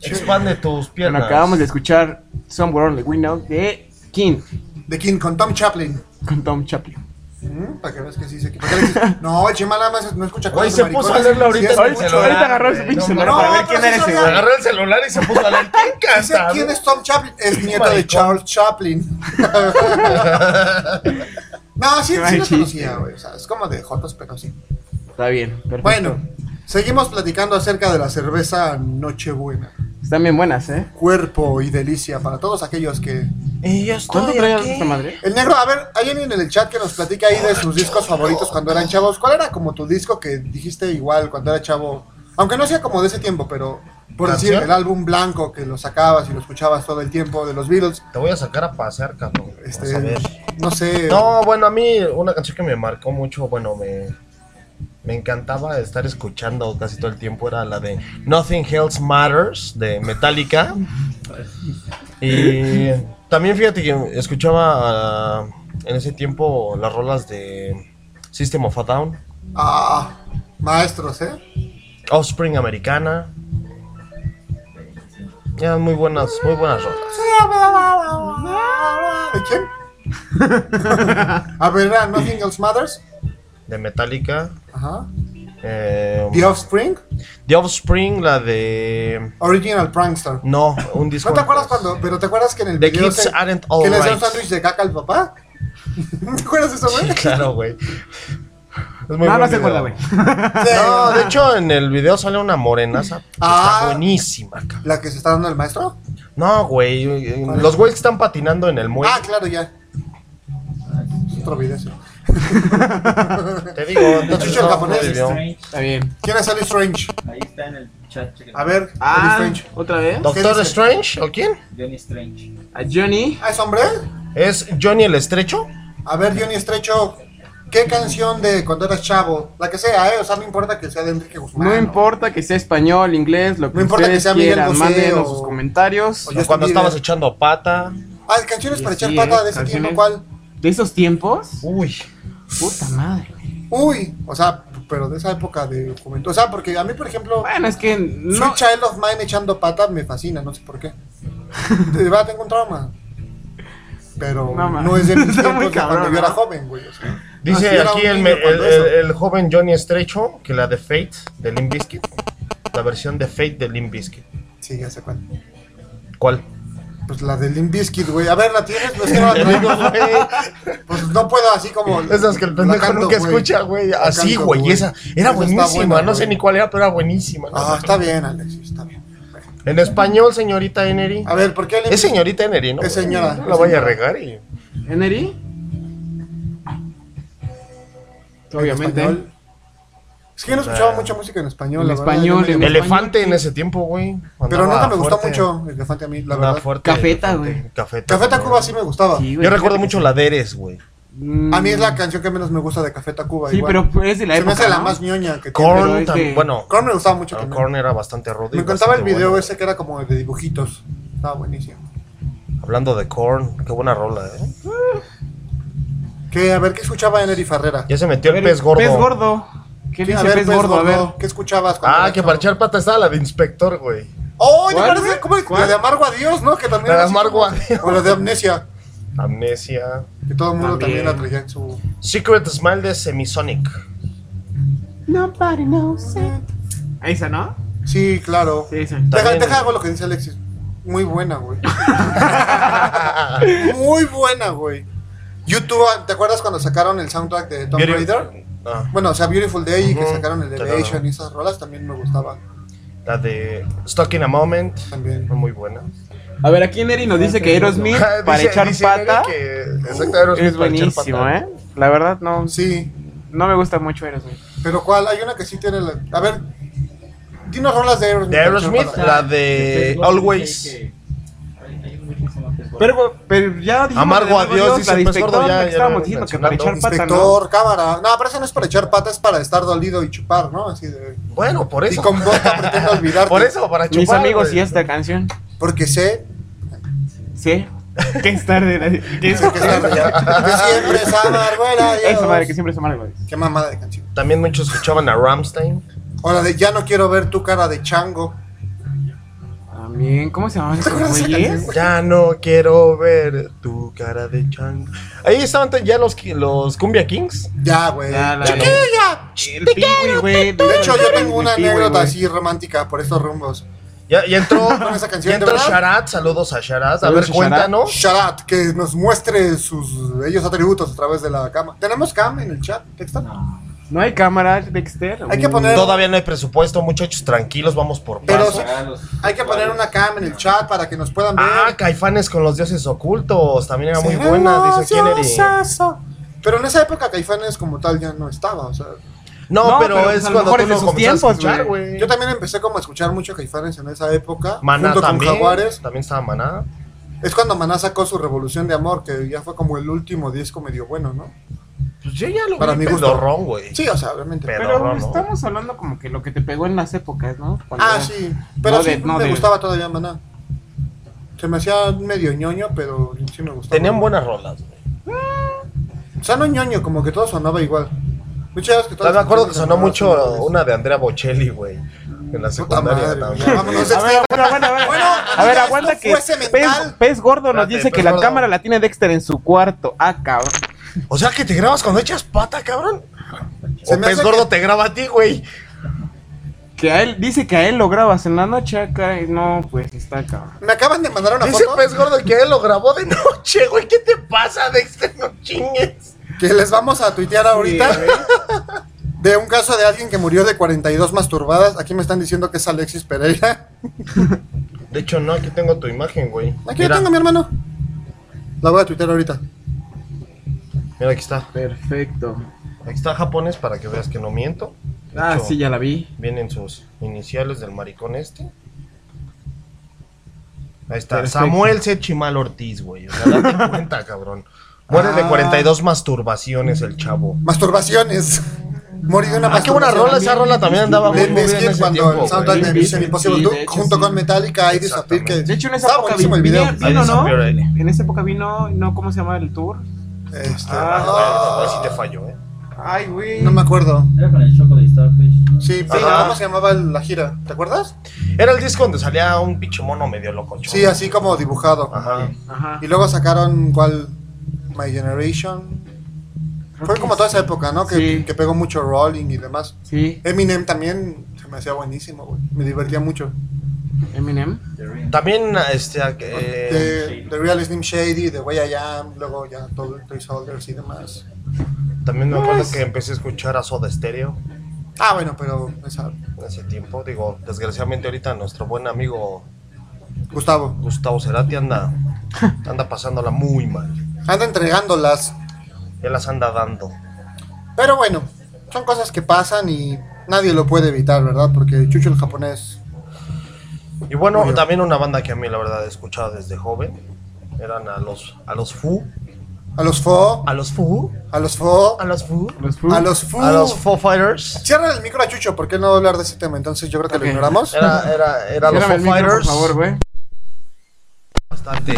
Speaker 8: Expande tus
Speaker 9: Bueno,
Speaker 8: piernas.
Speaker 9: acabamos de escuchar Somewhere on the Window de King. De King con Tom Chaplin. Con Tom Chaplin.
Speaker 10: Mm, Para que veas que sí se ¿Para qué le dices? No, el Chema nada más no escucha
Speaker 8: Güey, se puso a leerla ahorita. en el celular, güey. No, no, no, sí sabía. Agarró el celular y se puso a leer. ¿Quién
Speaker 10: Dice,
Speaker 8: canta?
Speaker 10: ¿quién es Tom Chaplin? Es nieto de
Speaker 8: maricón.
Speaker 10: Charles Chaplin. no, sí, sí lo
Speaker 9: machista,
Speaker 10: conocía, güey. O sea, es como de Jotos, pero sí.
Speaker 9: Está bien, perfecto.
Speaker 10: Bueno, seguimos platicando acerca de la cerveza Nochebuena.
Speaker 9: Están bien buenas, ¿eh?
Speaker 10: Cuerpo y delicia para todos aquellos que...
Speaker 9: ¿Cuánto traías esta madre?
Speaker 10: El negro, a ver, hay alguien en el chat que nos platica ahí de sus discos favoritos cuando eran chavos. ¿Cuál era como tu disco que dijiste igual cuando era chavo? Aunque no sea como de ese tiempo, pero por decir,
Speaker 8: ¿Canción?
Speaker 10: el álbum blanco que lo sacabas y lo escuchabas todo el tiempo de los Beatles.
Speaker 8: Te voy a sacar a pasear, cabrón.
Speaker 10: Este,
Speaker 8: Vas a ver.
Speaker 10: No sé.
Speaker 8: No, bueno, a mí una canción que me marcó mucho, bueno, me, me encantaba estar escuchando casi todo el tiempo era la de Nothing Else Matters de Metallica. Y también fíjate que escuchaba ah, en ese tiempo las rolas de System of a Down,
Speaker 10: Ah, maestros, ¿eh?
Speaker 8: Offspring Americana. Eran muy buenas, muy buenas rolas.
Speaker 10: ¿De quién? a ver, ¿era Nothing Else Matters.
Speaker 8: De Metallica.
Speaker 10: Ajá.
Speaker 8: eh,
Speaker 10: The Offspring.
Speaker 8: The Offspring, la de.
Speaker 10: Original Prankster.
Speaker 8: No, un disco.
Speaker 10: ¿No te acuerdas cuando? ¿Pero te acuerdas que en el
Speaker 8: The
Speaker 10: video
Speaker 8: kids
Speaker 10: se-
Speaker 8: aren't
Speaker 10: que le hacía un
Speaker 8: alright.
Speaker 10: sándwich de caca al papá? ¿Te acuerdas de eso, güey?
Speaker 8: Sí, claro, güey. Es muy
Speaker 10: No,
Speaker 8: buen
Speaker 10: no
Speaker 8: video.
Speaker 10: se acuerda, güey.
Speaker 8: No, de hecho, en el video sale una morenaza. que
Speaker 10: Ah.
Speaker 8: está buenísima, cabrón.
Speaker 10: ¿La que se está dando el maestro?
Speaker 8: No, güey. eh, Los güeyes que están patinando en el muelle.
Speaker 10: Ah, claro, ya. Es otro video ese.
Speaker 8: Te digo,
Speaker 10: el
Speaker 8: entonces,
Speaker 10: chucho
Speaker 8: no,
Speaker 10: japonés.
Speaker 8: no video.
Speaker 9: Está bien.
Speaker 10: ¿Quién es Alice Strange?
Speaker 7: Ahí está en el chat. chéquenlo.
Speaker 10: A ver,
Speaker 9: Ah,
Speaker 10: Alice Strange.
Speaker 9: ¿otra vez?
Speaker 8: ¿Doctor Strange o quién?
Speaker 7: Johnny Strange.
Speaker 9: ¿A Johnny?
Speaker 10: ¿Ah, es hombre?
Speaker 8: ¿Es Johnny el Estrecho?
Speaker 10: A ver, Johnny Estrecho, ¿qué canción de cuando eras chavo? La que sea, ¿eh? O sea, no importa que sea de Enrique Guzmán.
Speaker 9: No importa que sea español, inglés, lo que
Speaker 10: No importa que
Speaker 9: ustedes
Speaker 10: sea Miguel
Speaker 9: quieran,
Speaker 10: Bosé
Speaker 9: mándenos
Speaker 10: o-
Speaker 9: sus comentarios.
Speaker 10: o Justin Cuando Bieber. estabas
Speaker 8: echando pata.
Speaker 10: Ah, canciones para echar
Speaker 9: Sí,
Speaker 10: pata
Speaker 9: ¿eh?
Speaker 10: de ese tiempo,
Speaker 9: Canciones.
Speaker 10: ¿cuál?
Speaker 9: ¿De esos tiempos?
Speaker 8: Uy.
Speaker 9: Puta madre.
Speaker 10: Uy, o sea, pero de esa época de juventud. O sea, porque a mí, por ejemplo.
Speaker 9: Bueno, es que. No...
Speaker 10: Sweet Child of Mine echando pata me fascina, no sé por qué. De verdad tengo un trauma. Pero
Speaker 9: No,
Speaker 10: no,
Speaker 9: man.
Speaker 10: es de mis
Speaker 9: Está muy
Speaker 10: tiempos de cuando
Speaker 9: cabrón,
Speaker 10: yo era
Speaker 9: ¿no?
Speaker 10: joven, güey. o sea.
Speaker 8: Dice
Speaker 10: Ah, sí, era
Speaker 8: aquí
Speaker 10: un
Speaker 8: el,
Speaker 10: niño
Speaker 8: me- el-
Speaker 10: cuando
Speaker 8: el-
Speaker 10: eso.
Speaker 8: el joven Johnny Estrecho que la de Fate de Limp Bizkit. La versión de Fate de Limp Bizkit.
Speaker 10: Sí, ya sé cuál.
Speaker 8: ¿Cuál?
Speaker 10: Pues la del Limp Bizkit, güey. A ver, ¿la tienes? No es que no la traigo, güey. Pues no puedo así como.
Speaker 8: Esas que el
Speaker 10: la
Speaker 8: pendejo
Speaker 10: canto,
Speaker 8: nunca
Speaker 10: güey.
Speaker 8: escucha, güey.
Speaker 10: La
Speaker 8: Así,
Speaker 10: canto,
Speaker 8: güey. Esa era
Speaker 10: está
Speaker 8: buenísima.
Speaker 10: buena,
Speaker 8: no sé ni
Speaker 10: güey.
Speaker 8: cuál era, pero era buenísima.
Speaker 10: Ah, está bien, Alexis, está bien.
Speaker 8: En español, señorita Enery.
Speaker 10: A ver, ¿por qué Limp
Speaker 8: Es señorita Enery, ¿no?
Speaker 10: Es señora.
Speaker 8: No la vaya a regar y.
Speaker 9: ¿Enery? Obviamente.
Speaker 10: español. Es que yo no escuchaba mucha música en español.
Speaker 9: En
Speaker 10: la verdad,
Speaker 9: español,
Speaker 10: yo me-
Speaker 9: en
Speaker 8: Elefante en ese tiempo, güey. Andaba
Speaker 10: Pero nunca me gustó
Speaker 8: fuerte.
Speaker 10: mucho el elefante a mí, la
Speaker 8: Andaba
Speaker 10: verdad.
Speaker 8: fuerte.
Speaker 9: Cafeta, güey.
Speaker 8: Cafeta.
Speaker 10: Café Tacuba sí me gustaba.
Speaker 9: Sí, güey.
Speaker 8: Yo recuerdo mucho la de Eres, güey.
Speaker 10: A mí es la canción que menos me gusta de Café Tacuba.
Speaker 9: Sí,
Speaker 10: igual.
Speaker 9: pero es de la
Speaker 10: Se
Speaker 9: época,
Speaker 10: me hace la
Speaker 9: ¿no?
Speaker 10: más ñoña que tiene.
Speaker 8: Korn,
Speaker 10: Pero es
Speaker 8: tam-
Speaker 10: de-
Speaker 8: bueno.
Speaker 10: Korn me gustaba mucho.
Speaker 8: Pero
Speaker 10: también.
Speaker 8: Korn era bastante rudo. y
Speaker 10: Me encantaba el
Speaker 8: bastante
Speaker 10: video
Speaker 8: bueno.
Speaker 10: ese que era como de dibujitos. Estaba buenísimo.
Speaker 8: Hablando de Korn, qué buena rola, ¿eh?
Speaker 10: Que a ver qué escuchaba Enery Ferrera.
Speaker 8: Ya se metió el
Speaker 10: ver,
Speaker 8: pez gordo.
Speaker 9: Pez gordo. ¿Qué
Speaker 10: Sí,
Speaker 9: dice pez, gordo? A ver.
Speaker 10: pues, ¿Qué escuchabas? cuando
Speaker 8: Ah,
Speaker 10: eras
Speaker 8: que
Speaker 10: chavo?
Speaker 8: para echar pata estaba la de Inspector, güey.
Speaker 10: ¡Oh! ¿te
Speaker 8: ¿Cuál,
Speaker 10: acuerdas de-
Speaker 8: güey?
Speaker 10: ¿Cómo es? La
Speaker 8: ¿Cuál?
Speaker 10: de Amargo Adiós, ¿no? Que también
Speaker 8: La de
Speaker 10: era así
Speaker 8: Amargo
Speaker 10: como-
Speaker 8: Adiós.
Speaker 10: O la de Amnesia.
Speaker 8: Amnesia.
Speaker 10: Que todo el mundo
Speaker 8: También.
Speaker 10: también la traía en su.
Speaker 8: Secret Smile de Semisonic.
Speaker 9: Nobody knows it. Esa, ¿no?
Speaker 10: Sí, claro.
Speaker 9: Sí, esa.
Speaker 10: Deja,
Speaker 8: También,
Speaker 10: deja hago lo que dice Alexis. Muy buena, güey. Muy buena, güey. YouTube, ah, ¿te acuerdas cuando sacaron el soundtrack de Tomb
Speaker 8: Beauty-
Speaker 10: Raider?
Speaker 8: Ah,
Speaker 10: Bueno, o sea, Beautiful Day y que
Speaker 8: Ujú,
Speaker 10: sacaron el
Speaker 8: claro.
Speaker 10: Elevation y esas rolas también me gustaba.
Speaker 8: la de Stuck in a Moment.
Speaker 10: También.
Speaker 8: Muy buena.
Speaker 9: A ver, aquí Neri nos dice que Aerosmith
Speaker 8: Dice-
Speaker 9: para echar
Speaker 8: dice Neri
Speaker 9: pata
Speaker 8: que- exacto, Aerosmith
Speaker 9: es
Speaker 8: para echar
Speaker 9: buenísimo,
Speaker 8: pata.
Speaker 9: ¿eh? La verdad, no.
Speaker 10: Sí.
Speaker 9: No me gusta mucho Aerosmith.
Speaker 10: Pero ¿cuál? Hay una que sí tiene la... A ver, dinos rolas de Aerosmith.
Speaker 8: De Aerosmith, la de
Speaker 7: Pez gordo,
Speaker 8: Always.
Speaker 7: dice que Hay hay un güey que se llama Pez gordo.
Speaker 9: Pero, pero ya dijimos
Speaker 8: Amargo
Speaker 9: de
Speaker 8: adiós,
Speaker 9: nuevo
Speaker 8: dice
Speaker 9: la
Speaker 8: el pez
Speaker 9: inspectora,
Speaker 8: gordo, ya-
Speaker 9: la que
Speaker 8: ya
Speaker 9: estábamos
Speaker 8: lo
Speaker 9: diciendo que para
Speaker 8: mencionando.
Speaker 9: echar pata,
Speaker 10: Inspector,
Speaker 9: ¿no?
Speaker 10: cámara. No, pero eso no es para echar pata, es para estar dolido y chupar, ¿no? Así de...
Speaker 8: Bueno, por
Speaker 10: eso. Y con boca pretendo olvidarte.
Speaker 9: Por eso, para Mis chupar, amigos, güey. ¿y esta canción?
Speaker 10: Porque sé
Speaker 9: Sí. Que es tarde. la- Que es
Speaker 10: que siempre es amargura.
Speaker 9: Esa madre que siempre es amargura.
Speaker 10: Qué mamada de canción.
Speaker 8: También muchos escuchaban a Ramstein.
Speaker 10: O la de ya no quiero ver tu cara de chango.
Speaker 9: También, ¿cómo se llamaban esos
Speaker 10: acuerdas de esa
Speaker 9: güeyes?
Speaker 10: canción?
Speaker 8: Ya no quiero ver tu cara de chango. Ahí estaban t- ya los, qui- los Cumbia Kings.
Speaker 10: Ya, güey. ¡Chiquilla!
Speaker 9: El pingüi, güey.
Speaker 10: De hecho, yo tengo una
Speaker 8: Pingüi,
Speaker 10: anécdota
Speaker 8: güey.
Speaker 10: así romántica por estos rumbos.
Speaker 8: Ya, ya entró,
Speaker 10: Con esa canción,
Speaker 8: ya
Speaker 10: ¿de
Speaker 8: entró
Speaker 10: verdad?
Speaker 8: Sharat. Saludos a Sharat. A ver, cuéntanos.
Speaker 10: Sharat, que nos muestre sus ellos atributos a través de la cama. ¿Tenemos cam en el chat, texto?
Speaker 9: No hay cámara, Dexter.
Speaker 10: Hay que poner-
Speaker 8: Todavía no hay presupuesto, muchachos, tranquilos, vamos por
Speaker 10: Pero
Speaker 8: paso.
Speaker 10: sí, hay que poner una cam en el chat para que nos puedan ver.
Speaker 8: Ah, Caifanes con los dioses ocultos. También era muy
Speaker 10: Seremos
Speaker 8: buena, dice Kennedy.
Speaker 10: dioses. Pero en esa época Caifanes como tal ya no estaba, o sea.
Speaker 8: No, No, pero pero es a lo cuando mejor tú es de lo sus comenzaste a tiempos, escuchar, güey.
Speaker 10: Yo también empecé como a escuchar mucho Caifanes en esa época.
Speaker 8: Maná
Speaker 10: junto
Speaker 8: también.
Speaker 10: con Jaguares.
Speaker 8: También estaba Maná.
Speaker 10: Es cuando Maná sacó su Revolución de Amor, que ya fue como el último disco medio bueno, ¿no?
Speaker 8: Pues yo ya lo
Speaker 10: Para
Speaker 8: vi
Speaker 10: mi gusto.
Speaker 8: pedorrón, güey.
Speaker 10: Sí, o sea, obviamente.
Speaker 9: Pero estamos hablando como que lo que te pegó en las épocas, ¿no? Cuando
Speaker 10: Ah,
Speaker 9: era-
Speaker 10: sí. Pero
Speaker 9: no
Speaker 10: sí,
Speaker 9: de- no
Speaker 10: me
Speaker 9: de-
Speaker 10: gustaba todavía Maná. Se me hacía medio ñoño, pero sí me gustaba.
Speaker 8: Tenían buenas rolas.
Speaker 10: O sea, no ñoño, como que todo sonaba igual. Muchas veces que todo
Speaker 8: me acuerdo que sonó mucho una de Andrea Bocelli, güey. En la secundaria también.
Speaker 9: A ver, bueno, bueno, bueno. a ver, aguanta que pez, Pez gordo nos
Speaker 8: Espérate,
Speaker 9: dice que
Speaker 8: Pez
Speaker 9: la
Speaker 8: Gordo.
Speaker 9: cámara la tiene Dexter en su cuarto. Ah, cabrón.
Speaker 8: O sea que te grabas cuando echas pata, cabrón.
Speaker 9: Se
Speaker 8: o
Speaker 9: me
Speaker 8: pez
Speaker 9: hace
Speaker 8: gordo te graba a ti, güey.
Speaker 9: Que a él dice que a él lo grabas en la noche, acá. y No, pues está cabrón.
Speaker 10: Me acaban de mandar una
Speaker 8: Dice
Speaker 10: foto.
Speaker 8: pez gordo que él lo grabó de noche, güey. ¿Qué te pasa, Dexter? No chingues.
Speaker 10: Que les vamos a tuitear ahorita. de un caso de alguien que murió de 42 masturbadas. Aquí me están diciendo que es Alexis Pereira.
Speaker 8: De hecho, no, aquí tengo tu imagen, güey.
Speaker 10: Aquí
Speaker 8: Mira,
Speaker 10: yo tengo a mi hermano. La voy a tuitear ahorita.
Speaker 8: mira, aquí está.
Speaker 9: Perfecto.
Speaker 8: Aquí está japonés para que veas que no miento. De
Speaker 9: Ah,
Speaker 8: hecho,
Speaker 9: sí, ya la vi.
Speaker 8: Vienen sus iniciales del maricón este. Ahí está.
Speaker 9: Perfecto.
Speaker 8: Samuel C. Chimal Ortiz, güey. O sea, date cuenta, cabrón. Muere de
Speaker 10: Ah.
Speaker 8: 42 masturbaciones el chavo.
Speaker 10: Masturbaciones. Morí de una
Speaker 8: Ah, qué buena
Speaker 10: masturbación.
Speaker 8: rola, esa rola también andaba muy,
Speaker 10: Limp
Speaker 8: muy bien
Speaker 10: Bizkit
Speaker 8: en ese
Speaker 10: cuando
Speaker 8: tiempo,
Speaker 10: el soundtrack
Speaker 8: güey.
Speaker 10: de Mission Impossible
Speaker 9: sí,
Speaker 10: tú,
Speaker 9: de hecho,
Speaker 10: junto con Metallica y Disappear que
Speaker 9: De hecho, en esa
Speaker 10: estaba
Speaker 9: época
Speaker 10: buenísimo
Speaker 9: vino,
Speaker 10: el video.
Speaker 9: vino, ¿no? En esa época vino, ¿no? ¿Cómo se llama el tour?
Speaker 10: Este,
Speaker 8: Ah, güey, sí te falló, eh.
Speaker 9: Ay, güey.
Speaker 10: No me acuerdo.
Speaker 7: Era con el Choco de Starfish.
Speaker 10: Sí, pero
Speaker 8: Ajá.
Speaker 10: ¿cómo se llamaba la gira? ¿Te acuerdas?
Speaker 8: Era el disco donde salía un pinche mono medio loco.
Speaker 10: Sí, así como dibujado.
Speaker 8: Ajá.
Speaker 10: Y luego sacaron cuál My Generation. Fue como toda esa época, ¿no? Que, que pegó mucho Rolling y demás.
Speaker 9: Sí.
Speaker 10: Eminem también se me hacía buenísimo, güey. Me divertía mucho.
Speaker 9: Eminem.
Speaker 8: También, este, a- eh,
Speaker 10: The, The Real Slim Shady, The Way I Am, luego ya todo el Toy Soldiers y demás.
Speaker 8: también me acuerdo
Speaker 10: Pues.
Speaker 8: que empecé a escuchar a Soda Stereo
Speaker 10: Ah, bueno, pero esa-
Speaker 8: en ese tiempo. Digo, desgraciadamente ahorita nuestro buen amigo
Speaker 10: Gustavo.
Speaker 8: Gustavo Cerati anda, anda pasándola muy mal.
Speaker 10: anda entregándolas.
Speaker 8: Él las anda dando.
Speaker 10: Pero bueno, son cosas que pasan y nadie lo puede evitar, ¿verdad? Porque Chucho el japonés.
Speaker 8: Y bueno,
Speaker 10: Murió.
Speaker 8: también una banda que a mí la verdad he escuchado desde joven. Eran a los, a los Fu.
Speaker 10: A los Fo.
Speaker 8: A los Fu.
Speaker 10: A los Fo. A
Speaker 8: los Fu.
Speaker 9: A los Foo.
Speaker 10: A los Fo.
Speaker 8: A los Foo Fighters.
Speaker 10: Cierra el micro a Chucho, ¿por qué no hablar de ese tema? Entonces yo creo que lo ignoramos.
Speaker 8: Era, era, era los
Speaker 10: Ciérrame
Speaker 8: Foo
Speaker 10: el micro, por
Speaker 8: Fighters.
Speaker 10: favor,
Speaker 9: güey.
Speaker 8: Bastante,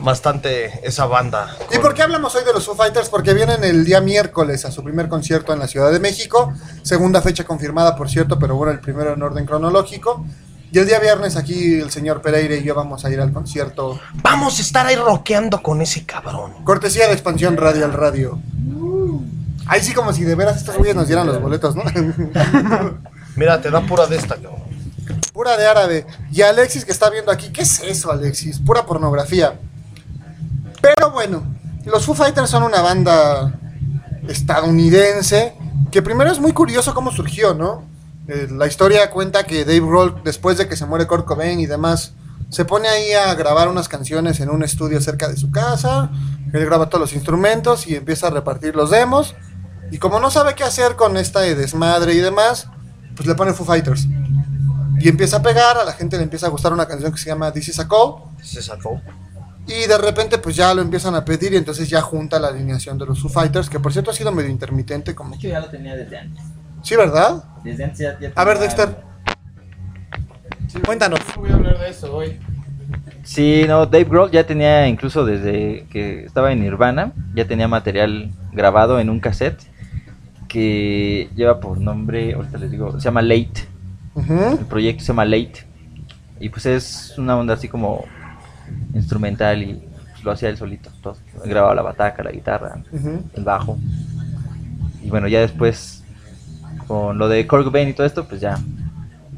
Speaker 8: bastante esa banda.
Speaker 10: ¿Y por qué hablamos hoy de los Foo Fighters? Porque vienen el día miércoles a su primer concierto en la Ciudad de México. Segunda fecha confirmada, por cierto, pero bueno, el primero en orden cronológico. Y el día viernes aquí el señor Pereira y yo vamos a ir al concierto.
Speaker 8: Vamos a estar ahí rockeando con ese cabrón.
Speaker 10: Cortesía de Expansión Radio al Radio. Ahí sí como si de veras estos güeyes nos dieran los boletos, ¿no?
Speaker 8: Mira, te da pura de esta, cabrón.
Speaker 10: Pura de árabe. Y Alexis que está viendo aquí, ¿qué es eso, Alexis? Pura pornografía. Pero bueno, los Foo Fighters son una banda estadounidense que primero es muy curioso cómo surgió, ¿no? Eh, la historia cuenta que Dave Grohl, después de que se muere Kurt Cobain y demás, se pone ahí a grabar unas canciones en un estudio cerca de su casa. Él graba todos los instrumentos y empieza a repartir los demos. Y como no sabe qué hacer con esta desmadre y demás, pues le pone Foo Fighters. Y empieza a pegar, a la gente le empieza a gustar una canción que se llama This Is a Call.
Speaker 8: Se sacó.
Speaker 10: Y de repente, pues ya lo empiezan a pedir y entonces ya junta la alineación de los Foo Fighters, que por cierto ha sido medio intermitente. como
Speaker 7: Yo ya lo tenía desde antes.
Speaker 10: Sí, ¿verdad?
Speaker 7: Desde antes ya, ya
Speaker 10: A ver,
Speaker 7: tenía-
Speaker 10: Dexter. Cuéntanos.
Speaker 9: voy a hablar de eso hoy.
Speaker 11: Sí, no, Dave Grohl ya tenía, incluso desde que estaba en Nirvana, ya tenía material grabado en un cassette que lleva por nombre, ahorita les digo, se llama Late.
Speaker 10: Ujú.
Speaker 11: El proyecto se llama Late. Y pues es una onda así como instrumental y pues, lo hacía él solito. Todo. Grababa la bataca, la guitarra,
Speaker 10: Ujú.
Speaker 11: el bajo. Y bueno, ya después, con lo de Kurt Cobain y todo esto, pues ya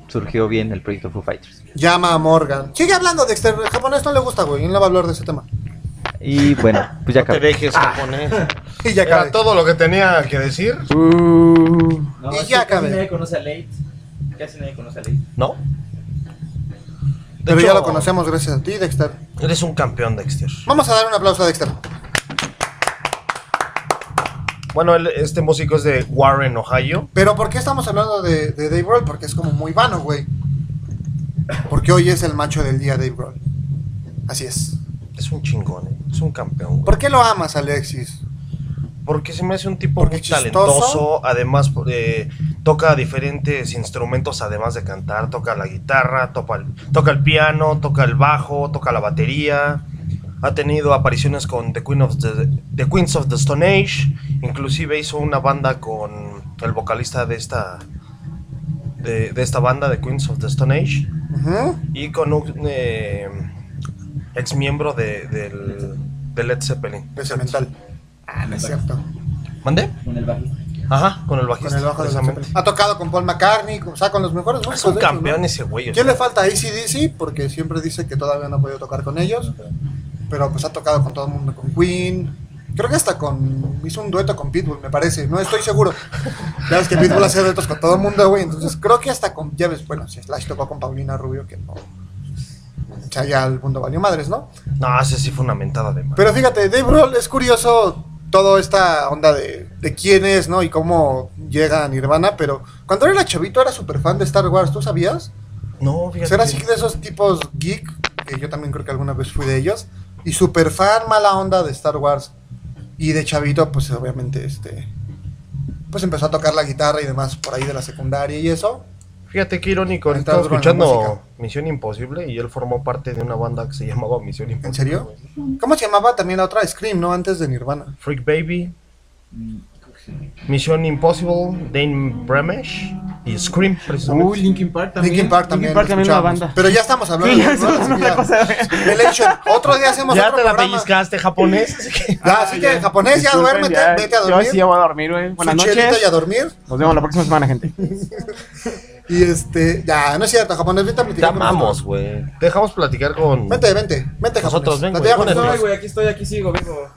Speaker 11: surgió bien el proyecto Foo Fighters.
Speaker 10: Llama a Morgan. Sigue hablando, Dexter. El japonés no le gusta, güey. Él no va a hablar de ese tema.
Speaker 11: Y bueno, pues ya acabó.
Speaker 10: Y ya
Speaker 8: Era todo lo que tenía que decir.
Speaker 7: No,
Speaker 8: Uh.
Speaker 10: Y
Speaker 7: es que
Speaker 10: ya
Speaker 7: Casi
Speaker 10: acabé.
Speaker 7: nadie conoce a Late. Casi nadie conoce a Late.
Speaker 8: ¿No?
Speaker 10: Pero
Speaker 8: hecho-
Speaker 10: ya lo conocemos gracias a ti, Dexter.
Speaker 8: Eres un campeón, Dexter.
Speaker 10: Vamos a dar un aplauso a Dexter.
Speaker 8: Bueno, él- este músico es de Warren, Ohio.
Speaker 10: Pero ¿por qué estamos hablando de, de Dave Grohl? Porque es como muy vano, güey. Porque hoy es el macho del día, Dave Grohl. Así es.
Speaker 8: Es un chingón, ¿eh? es un campeón. güey.
Speaker 10: ¿Por qué lo amas, Alexis?
Speaker 8: Porque se me hace un tipo muy
Speaker 10: chistoso.
Speaker 8: talentoso, además eh, toca diferentes instrumentos además de cantar, toca la guitarra, toca el, toca el piano, toca el bajo, toca la batería. Ha tenido apariciones con The, Queen of the, The Queens of the Stone Age, inclusive hizo una banda con el vocalista de esta de, de esta banda The Queens of the Stone Age
Speaker 10: Ujú.
Speaker 8: y con un eh, ex miembro de, del- de Led Zeppelin.
Speaker 10: De Cemental. Ah, no es cierto. Este,
Speaker 8: ¿Mandé?
Speaker 7: Con el bajista.
Speaker 8: Ajá, con el bajista.
Speaker 10: Con el bajo de Led
Speaker 8: precisamente. Ah,
Speaker 10: Zeppelin. Ha tocado con Paul McCartney, con- o sea, con los mejores músicos.
Speaker 8: Es un
Speaker 10: de hecho,
Speaker 8: campeón
Speaker 10: ¿no?
Speaker 8: ese güey. o
Speaker 10: ¿Qué
Speaker 8: sea.
Speaker 10: le falta a ACDC? Porque siempre dice que todavía no ha podido tocar con ellos. Pero pues ha tocado con todo el mundo, con Queen. Creo que hasta con. Hizo un dueto con Pitbull, me parece. No estoy seguro. Ya ves que Pitbull hace duetos con todo el mundo, güey. Entonces creo que hasta con. Ya ves, bueno, si Slash tocó con Paulina Rubio, que no. O sea, ya el mundo valió madres, ¿no?
Speaker 8: No, ese sí fue una mentada de madre.
Speaker 10: Pero fíjate, Dave Grohl es curioso toda esta onda de, de quién es, ¿no? Y cómo llega a Nirvana, pero cuando era chavito era súper fan de Star Wars, ¿tú sabías?
Speaker 8: No, fíjate.
Speaker 10: Ser Pues así de esos tipos geek, que yo también creo que alguna vez fui de ellos, y súper fan mala onda de Star Wars. Y de chavito, pues obviamente, este... Pues empezó a tocar la guitarra y demás por ahí de la secundaria y eso.
Speaker 8: Fíjate qué irónico.
Speaker 10: Ahí está
Speaker 8: Estaba
Speaker 10: duro en la
Speaker 8: escuchando
Speaker 10: música.
Speaker 8: Misión Imposible y él formó parte de una banda que se llamaba Misión Imposible.
Speaker 10: ¿En serio? ¿Cómo se llamaba también la otra? Scream, ¿no? Antes de Nirvana.
Speaker 8: Freak Baby,
Speaker 10: Mm,
Speaker 8: Misión Impossible, Dane Bremesh y Scream, precisamente.
Speaker 9: Uy, Linkin Park también.
Speaker 10: Linkin Park también.
Speaker 9: Linkin Park
Speaker 10: lo
Speaker 9: también una
Speaker 10: escuchamos.
Speaker 9: banda.
Speaker 10: Pero ya estamos hablando
Speaker 9: Sí,
Speaker 10: de
Speaker 9: ya
Speaker 10: Nirvana,
Speaker 9: estamos
Speaker 10: así que ya. Elation. Otro día hacemos
Speaker 8: Ya
Speaker 10: otro
Speaker 8: te la
Speaker 10: programa.
Speaker 8: pellizcaste, japonés. así que-
Speaker 10: Ya, así que japonés, ya
Speaker 9: Ah, Disculpen,
Speaker 10: duérmete,
Speaker 9: ya,
Speaker 10: vete a
Speaker 9: Yo
Speaker 10: dormir.
Speaker 9: sí ya voy a dormir, güey. Buenas
Speaker 10: Su chelita
Speaker 9: noches.
Speaker 10: y a dormir.
Speaker 9: Nos vemos la próxima semana, gente.
Speaker 10: Y este, ya, no es cierto, japonés, vete a platicar.
Speaker 8: Ya
Speaker 10: con nosotros.
Speaker 8: vamos, güey. Dejamos platicar con.
Speaker 10: Vente, vente, vente,
Speaker 8: Nosotros, ven, güey,
Speaker 10: japonés. Platica con
Speaker 8: ponen-
Speaker 10: nosotros.
Speaker 8: Ay, güey,
Speaker 9: aquí estoy, aquí sigo vivo.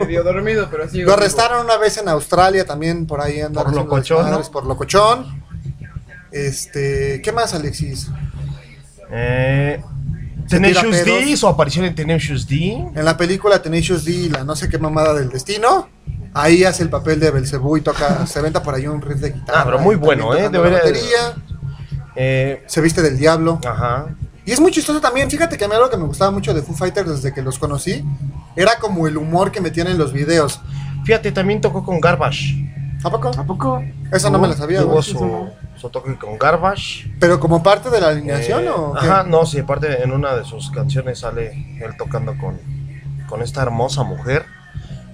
Speaker 9: Medio dormido, pero sigo.
Speaker 10: Lo arrestaron una vez en Australia también, por ahí anda.
Speaker 8: Por
Speaker 10: haciendo
Speaker 8: locochón,
Speaker 10: desmadres,
Speaker 8: ¿no?
Speaker 10: Por locochón. Este, ¿qué más, Alexis?
Speaker 8: Eh,
Speaker 10: Se tira
Speaker 8: Tenacious
Speaker 10: pedos.
Speaker 8: D, su aparición en Tenacious D.
Speaker 10: En la película Tenacious D, la no sé qué mamada del destino, ahí hace el papel de Belcebú y toca, se venta por ahí un riff de guitarra.
Speaker 8: Ah, pero muy
Speaker 10: y
Speaker 8: bueno,
Speaker 10: también
Speaker 8: ¿eh?
Speaker 10: tocando la
Speaker 8: Debería-
Speaker 10: batería.
Speaker 8: Eh,
Speaker 10: se viste del diablo.
Speaker 8: Ajá.
Speaker 10: Y es muy chistoso también. Fíjate que a mí algo que me gustaba mucho de Foo Fighters desde que los conocí era como el humor que metían en los videos.
Speaker 8: Fíjate, también tocó con Garbage.
Speaker 10: ¿A poco?
Speaker 9: ¿A poco?
Speaker 10: Esa no me la sabía.
Speaker 8: Tuvo
Speaker 10: güey.
Speaker 8: su, su toque con Garbage.
Speaker 10: Pero como parte de la alineación
Speaker 8: Eh,
Speaker 10: o qué?
Speaker 8: Ajá, no, sí, aparte en una de sus canciones sale él tocando con, con esta hermosa mujer.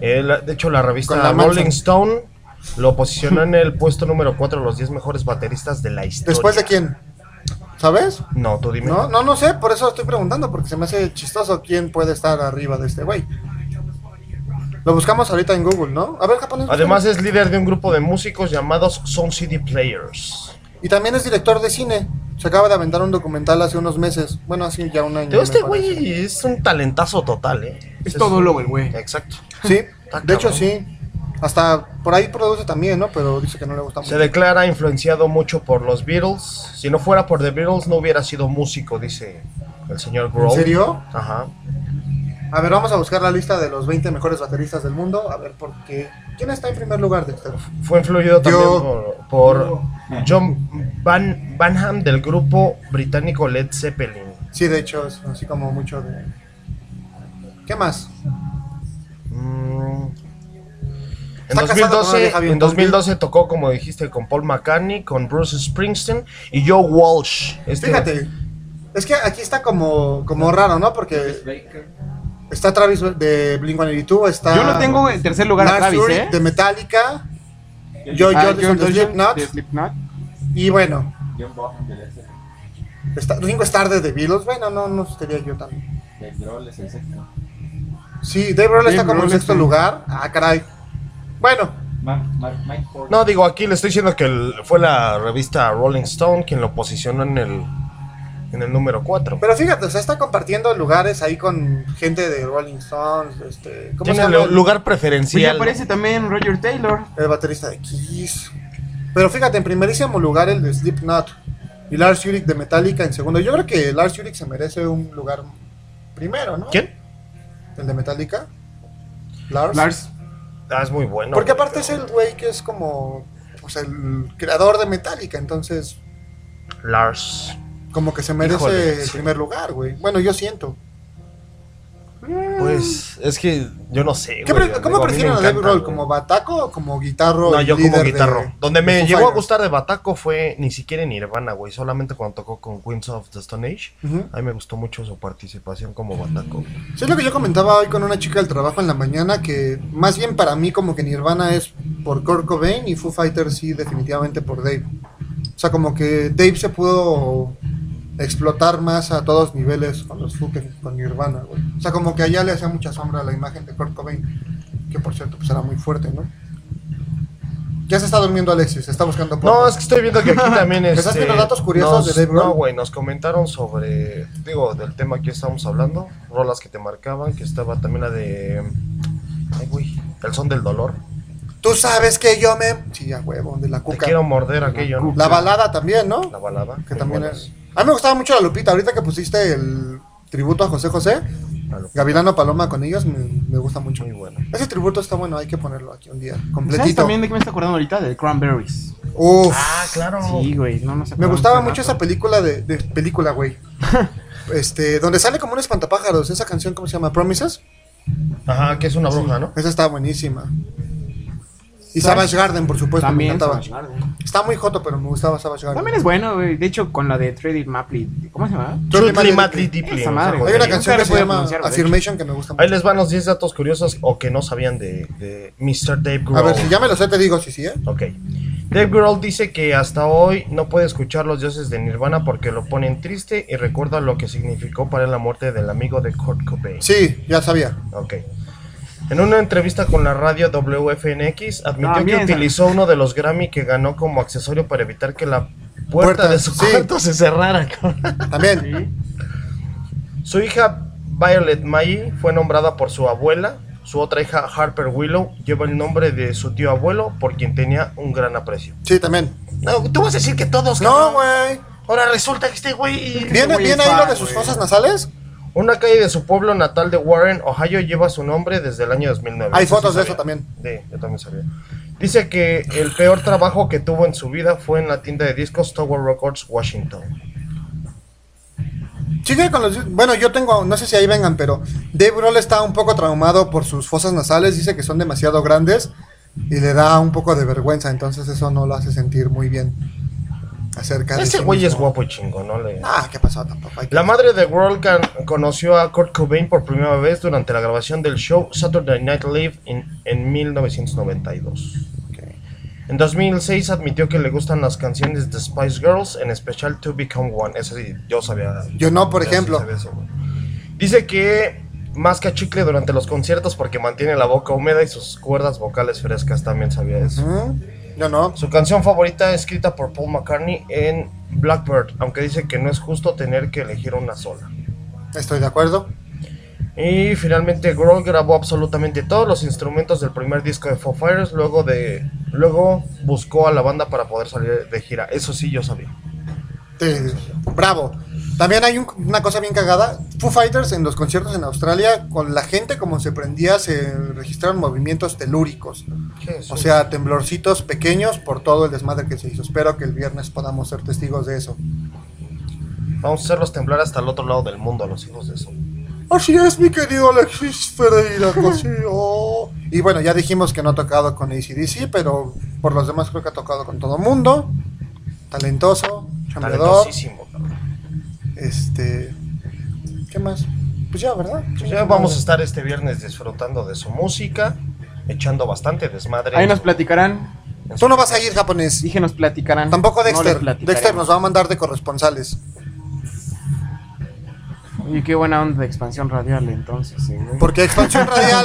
Speaker 8: Él, de hecho, la
Speaker 10: Con
Speaker 8: revista
Speaker 10: la mancha.
Speaker 8: Rolling Stone lo posicionó en el puesto número 4 de los 10 mejores bateristas de la historia.
Speaker 10: ¿Después de quién? ¿Sabes?
Speaker 8: No, tú dime.
Speaker 10: No, no, no sé, por eso estoy preguntando, porque se me hace chistoso quién puede estar arriba de este güey. Lo buscamos ahorita en Google, ¿no? A ver, japonés.
Speaker 8: Además
Speaker 10: búscalo.
Speaker 8: es líder de un grupo de músicos llamados Sound City Players.
Speaker 10: Y también es director de cine. Se acaba de aventar un documental hace unos meses. Bueno, hace ya un año.
Speaker 8: Pero este
Speaker 10: me parece.
Speaker 8: güey es un talentazo total, ¿eh?
Speaker 9: Es
Speaker 8: Ese
Speaker 9: todo
Speaker 8: un-
Speaker 9: lo, el güey.
Speaker 8: Exacto.
Speaker 10: Sí, de
Speaker 8: Ah, cabrón.
Speaker 10: hecho sí. Hasta por ahí produce también, ¿no? Pero dice que no le gusta mucho.
Speaker 8: Se declara influenciado mucho por los Beatles. Si no fuera por The Beatles, no hubiera sido músico, dice el señor Grohl.
Speaker 10: ¿En serio?
Speaker 8: Ajá.
Speaker 10: A ver, vamos a buscar la lista de los 20 mejores bateristas del mundo. A ver, por qué. ¿Quién está en primer lugar, este Dexter?
Speaker 8: Fue influido también
Speaker 10: Yo-
Speaker 8: por, por John Van Banham del grupo británico Led Zeppelin.
Speaker 10: Sí, de hecho, es así como mucho de. ¿Qué más?
Speaker 8: Mm. En
Speaker 10: Está casado con una
Speaker 8: 2012,
Speaker 10: vieja bien
Speaker 8: en 2012 tocó, como dijiste, con Paul McCartney, con Bruce Springsteen y Joe Walsh. Este-
Speaker 10: Fíjate, es que aquí está como, como raro, ¿no? Porque está Travis de Blink-182, está...
Speaker 9: Yo lo tengo en tercer lugar a
Speaker 10: Lars
Speaker 9: Travis,
Speaker 10: Ulrich
Speaker 9: ¿eh?
Speaker 10: Ah, de Metallica, Joy
Speaker 9: Ah,
Speaker 10: Jordison de
Speaker 9: Jordison
Speaker 10: Slipknot,
Speaker 9: de Slipknot.
Speaker 10: y bueno, está, Ringo Starr de The Beatles, bueno, no, no sería yo también. Sí, Dave Grohl está
Speaker 8: Dave
Speaker 10: como en
Speaker 8: Grohl
Speaker 10: sexto
Speaker 8: está-
Speaker 10: lugar, ah, caray. Bueno,
Speaker 8: No, digo, aquí le estoy diciendo que el- fue la revista Rolling Stone quien lo posicionó en el, en el número 4.
Speaker 10: pero fíjate, o sea, está compartiendo lugares ahí con gente de Rolling Stones, este... ¿cómo se
Speaker 8: Tiene
Speaker 10: llama?
Speaker 8: lu- lugar
Speaker 9: Pues ya
Speaker 8: preferencial.
Speaker 9: aparece también Roger Taylor.
Speaker 10: el baterista de Kiss. Pero fíjate, en primerísimo lugar el de Slipknot y Lars Ulrich de Metallica en segundo. Yo creo que Lars Ulrich se merece un lugar primero, ¿no?
Speaker 8: ¿Quién?
Speaker 10: El de Metallica. Lars.
Speaker 8: Ah, es muy bueno.
Speaker 10: Porque
Speaker 8: güey.
Speaker 10: aparte es el güey que es como pues, el creador de Metallica, entonces
Speaker 8: Lars.
Speaker 10: como que se merece
Speaker 8: Híjole,
Speaker 10: el
Speaker 8: sí.
Speaker 10: primer lugar, güey. Bueno, yo siento.
Speaker 8: Pues es que yo no sé.
Speaker 10: ¿Qué
Speaker 8: güey,
Speaker 10: pre-
Speaker 8: digo,
Speaker 10: ¿Cómo
Speaker 8: a mí me
Speaker 10: prefieren a
Speaker 8: encanta,
Speaker 10: Dave Grohl?
Speaker 8: güey.
Speaker 10: ¿Como bataco o como guitarro?
Speaker 8: No,
Speaker 10: y
Speaker 8: yo como
Speaker 10: líder de-
Speaker 8: guitarro. Donde
Speaker 10: de
Speaker 8: me
Speaker 10: Foo
Speaker 8: llegó a
Speaker 10: Fighters?
Speaker 8: gustar de Bataco fue ni siquiera en Nirvana, güey. Solamente cuando tocó con Queens of the Stone Age.
Speaker 10: Ujú. Mm.
Speaker 8: A mí me gustó mucho su participación como Bataco.
Speaker 10: Sí, es lo que yo comentaba hoy con una chica del trabajo en la mañana, que más bien para mí como que Nirvana es por Kurt Cobain y Foo Fighters sí definitivamente por Dave. O sea, como que Dave se pudo explotar más a todos niveles con los Foo que con Nirvana, güey. O sea, como que allá le hacía mucha sombra a la imagen de Kurt Cobain, que por cierto pues era muy fuerte, ¿no? Ya se está durmiendo Alexis, se está buscando por...
Speaker 8: No, es que estoy viendo que aquí también es.
Speaker 10: ¿Estás viendo datos curiosos de Dave Grohl?
Speaker 8: No, güey, nos comentaron sobre. Digo, del tema que estamos hablando. Rolas que te marcaban, que estaba también la de. Ay, güey. El son del dolor.
Speaker 10: Tú sabes que yo me... Sí, a huevo, de la cuca.
Speaker 8: quiero morder aquello, ¿no?
Speaker 10: La balada también, ¿no? La
Speaker 8: balada.
Speaker 10: Que también es... A mí me gustaba mucho la Lupita. Ahorita que pusiste el tributo a José José, Gavilano Paloma con ellos, me, me gusta mucho. Muy
Speaker 8: bueno.
Speaker 10: Ese tributo está bueno, hay que ponerlo aquí un día
Speaker 9: ¿Sabes
Speaker 10: completito.
Speaker 9: también de qué me está acordando ahorita? De Cranberries.
Speaker 10: Uf. Ah, claro.
Speaker 9: Sí, güey. No, nos
Speaker 10: Me
Speaker 9: acordamos
Speaker 10: gustaba
Speaker 9: hace
Speaker 10: mucho
Speaker 9: rato.
Speaker 10: esa película de, de película, güey. este, donde sale como un espantapájaros, esa canción cómo se llama Promises.
Speaker 8: Ajá, que es una bruja, ¿no?
Speaker 10: Esa está buenísima. Y
Speaker 9: ¿Sabes?
Speaker 10: Savage Garden, por supuesto,
Speaker 9: También
Speaker 10: me encantaba.
Speaker 9: Savage
Speaker 10: Está muy joto, pero me gustaba Savage Garden.
Speaker 9: También es bueno, güey. De hecho, con la de Trading Mapley. ¿Cómo se llama?
Speaker 8: Truthly, Madly, Deeply,
Speaker 9: Esa
Speaker 8: o sea,
Speaker 9: madre.
Speaker 8: güey.
Speaker 9: güey. Nunca la pude pronunciar, güey.
Speaker 10: que me gusta
Speaker 8: Ahí les van los 10 datos curiosos o que no sabían de, de Mr. Dave Grohl.
Speaker 10: A ver, si ya me lo sé, te digo si sí, ¿eh?
Speaker 8: Ok. Dave Grohl dice que hasta hoy no puede escuchar los dioses de Nirvana porque lo ponen triste y recuerda lo que significó para él la muerte del amigo de Kurt Cobain.
Speaker 10: Sí, ya sabía.
Speaker 8: Ok. En una entrevista con la radio WFNX, admitió
Speaker 9: Ah,
Speaker 10: También,
Speaker 8: que
Speaker 10: esa-
Speaker 8: utilizó uno de los Grammy que ganó como accesorio para evitar que la puerta, de su cuarto se cerrara.
Speaker 10: También.
Speaker 8: Su hija Violet May fue nombrada por su abuela. Su otra hija Harper Willow lleva el nombre de su tío abuelo por quien tenía un gran aprecio.
Speaker 10: Sí, también.
Speaker 8: No, tú vas a decir que todos.
Speaker 10: No, güey.
Speaker 8: Ahora resulta que este güey.
Speaker 10: ¿Viene, viene ahí lo de sus fosas nasales?
Speaker 8: Una calle de su pueblo natal de Warren, Ohio, lleva su nombre desde el año 2009.
Speaker 10: Hay
Speaker 8: Eso sí
Speaker 10: fotos de
Speaker 8: sabía.
Speaker 10: eso también.
Speaker 8: Sí, yo también sabía. Dice que el peor trabajo que tuvo en su vida fue en la tienda de discos Tower Records, Washington.
Speaker 10: Sigue con los. Bueno, yo tengo. No sé si ahí vengan, pero. Dave Grohl está un poco traumado por sus fosas nasales. Dice que son demasiado grandes. Y le da un poco de vergüenza. Entonces, eso no lo hace sentir muy bien. Acerca de.
Speaker 8: Ese
Speaker 10: sí
Speaker 8: güey es
Speaker 10: mismo.
Speaker 8: guapo y chingo, ¿no? Le...
Speaker 10: Ah, ¿qué pasó tampoco? Hay que-
Speaker 8: La madre de Grohl can- conoció a Kurt Cobain por primera vez durante la grabación del show Saturday Night Live en- en 1992. En 2006 admitió que le gustan las canciones de Spice Girls, en especial To Become One. Eso sí, yo sabía.
Speaker 10: Yo no, por
Speaker 8: sí
Speaker 10: ejemplo.
Speaker 8: sabía eso, güey. Dice que masca chicle durante los conciertos porque mantiene la boca húmeda y sus cuerdas vocales frescas. También sabía eso.
Speaker 10: ¿Mm? Yo no.
Speaker 8: Su canción favorita escrita por Paul McCartney en Blackbird, aunque dice que no es justo tener que elegir una sola.
Speaker 10: Estoy de acuerdo.
Speaker 8: Y finalmente Grohl grabó absolutamente todos los instrumentos del primer disco de Foo Fighters, luego de luego buscó a la banda para poder salir de gira. Eso sí yo sabía.
Speaker 10: Eh, bravo. También hay un- una cosa bien cagada. Foo Fighters en los conciertos en Australia, con la gente como se prendía, se registraron movimientos telúricos. O sea, temblorcitos pequeños por todo el desmadre que se hizo. Espero que el viernes podamos ser testigos de eso.
Speaker 8: Vamos a hacerlos temblar hasta el otro lado del mundo a los hijos de eso.
Speaker 10: Así es, mi querido Alexis Ferreira Cosío. Y bueno, ya dijimos que no ha tocado con ACDC, pero por los demás creo que ha tocado con todo mundo. Talentoso, chambeador.
Speaker 17: Talentosísimo.
Speaker 10: Este. ¿Qué más? Pues ya, ¿verdad?
Speaker 8: Pues ya vamos a estar este viernes disfrutando de su música, echando bastante desmadre.
Speaker 9: Ahí nos platicarán.
Speaker 10: Tú no vas a ir japonés.
Speaker 9: Dije nos platicarán.
Speaker 10: Tampoco
Speaker 9: No les
Speaker 10: Dexter.
Speaker 9: platicaremos.
Speaker 10: Dexter nos va a mandar de corresponsales.
Speaker 9: Oye, qué buena onda de expansión radial entonces. sí, güey.
Speaker 10: Porque Expansión Radial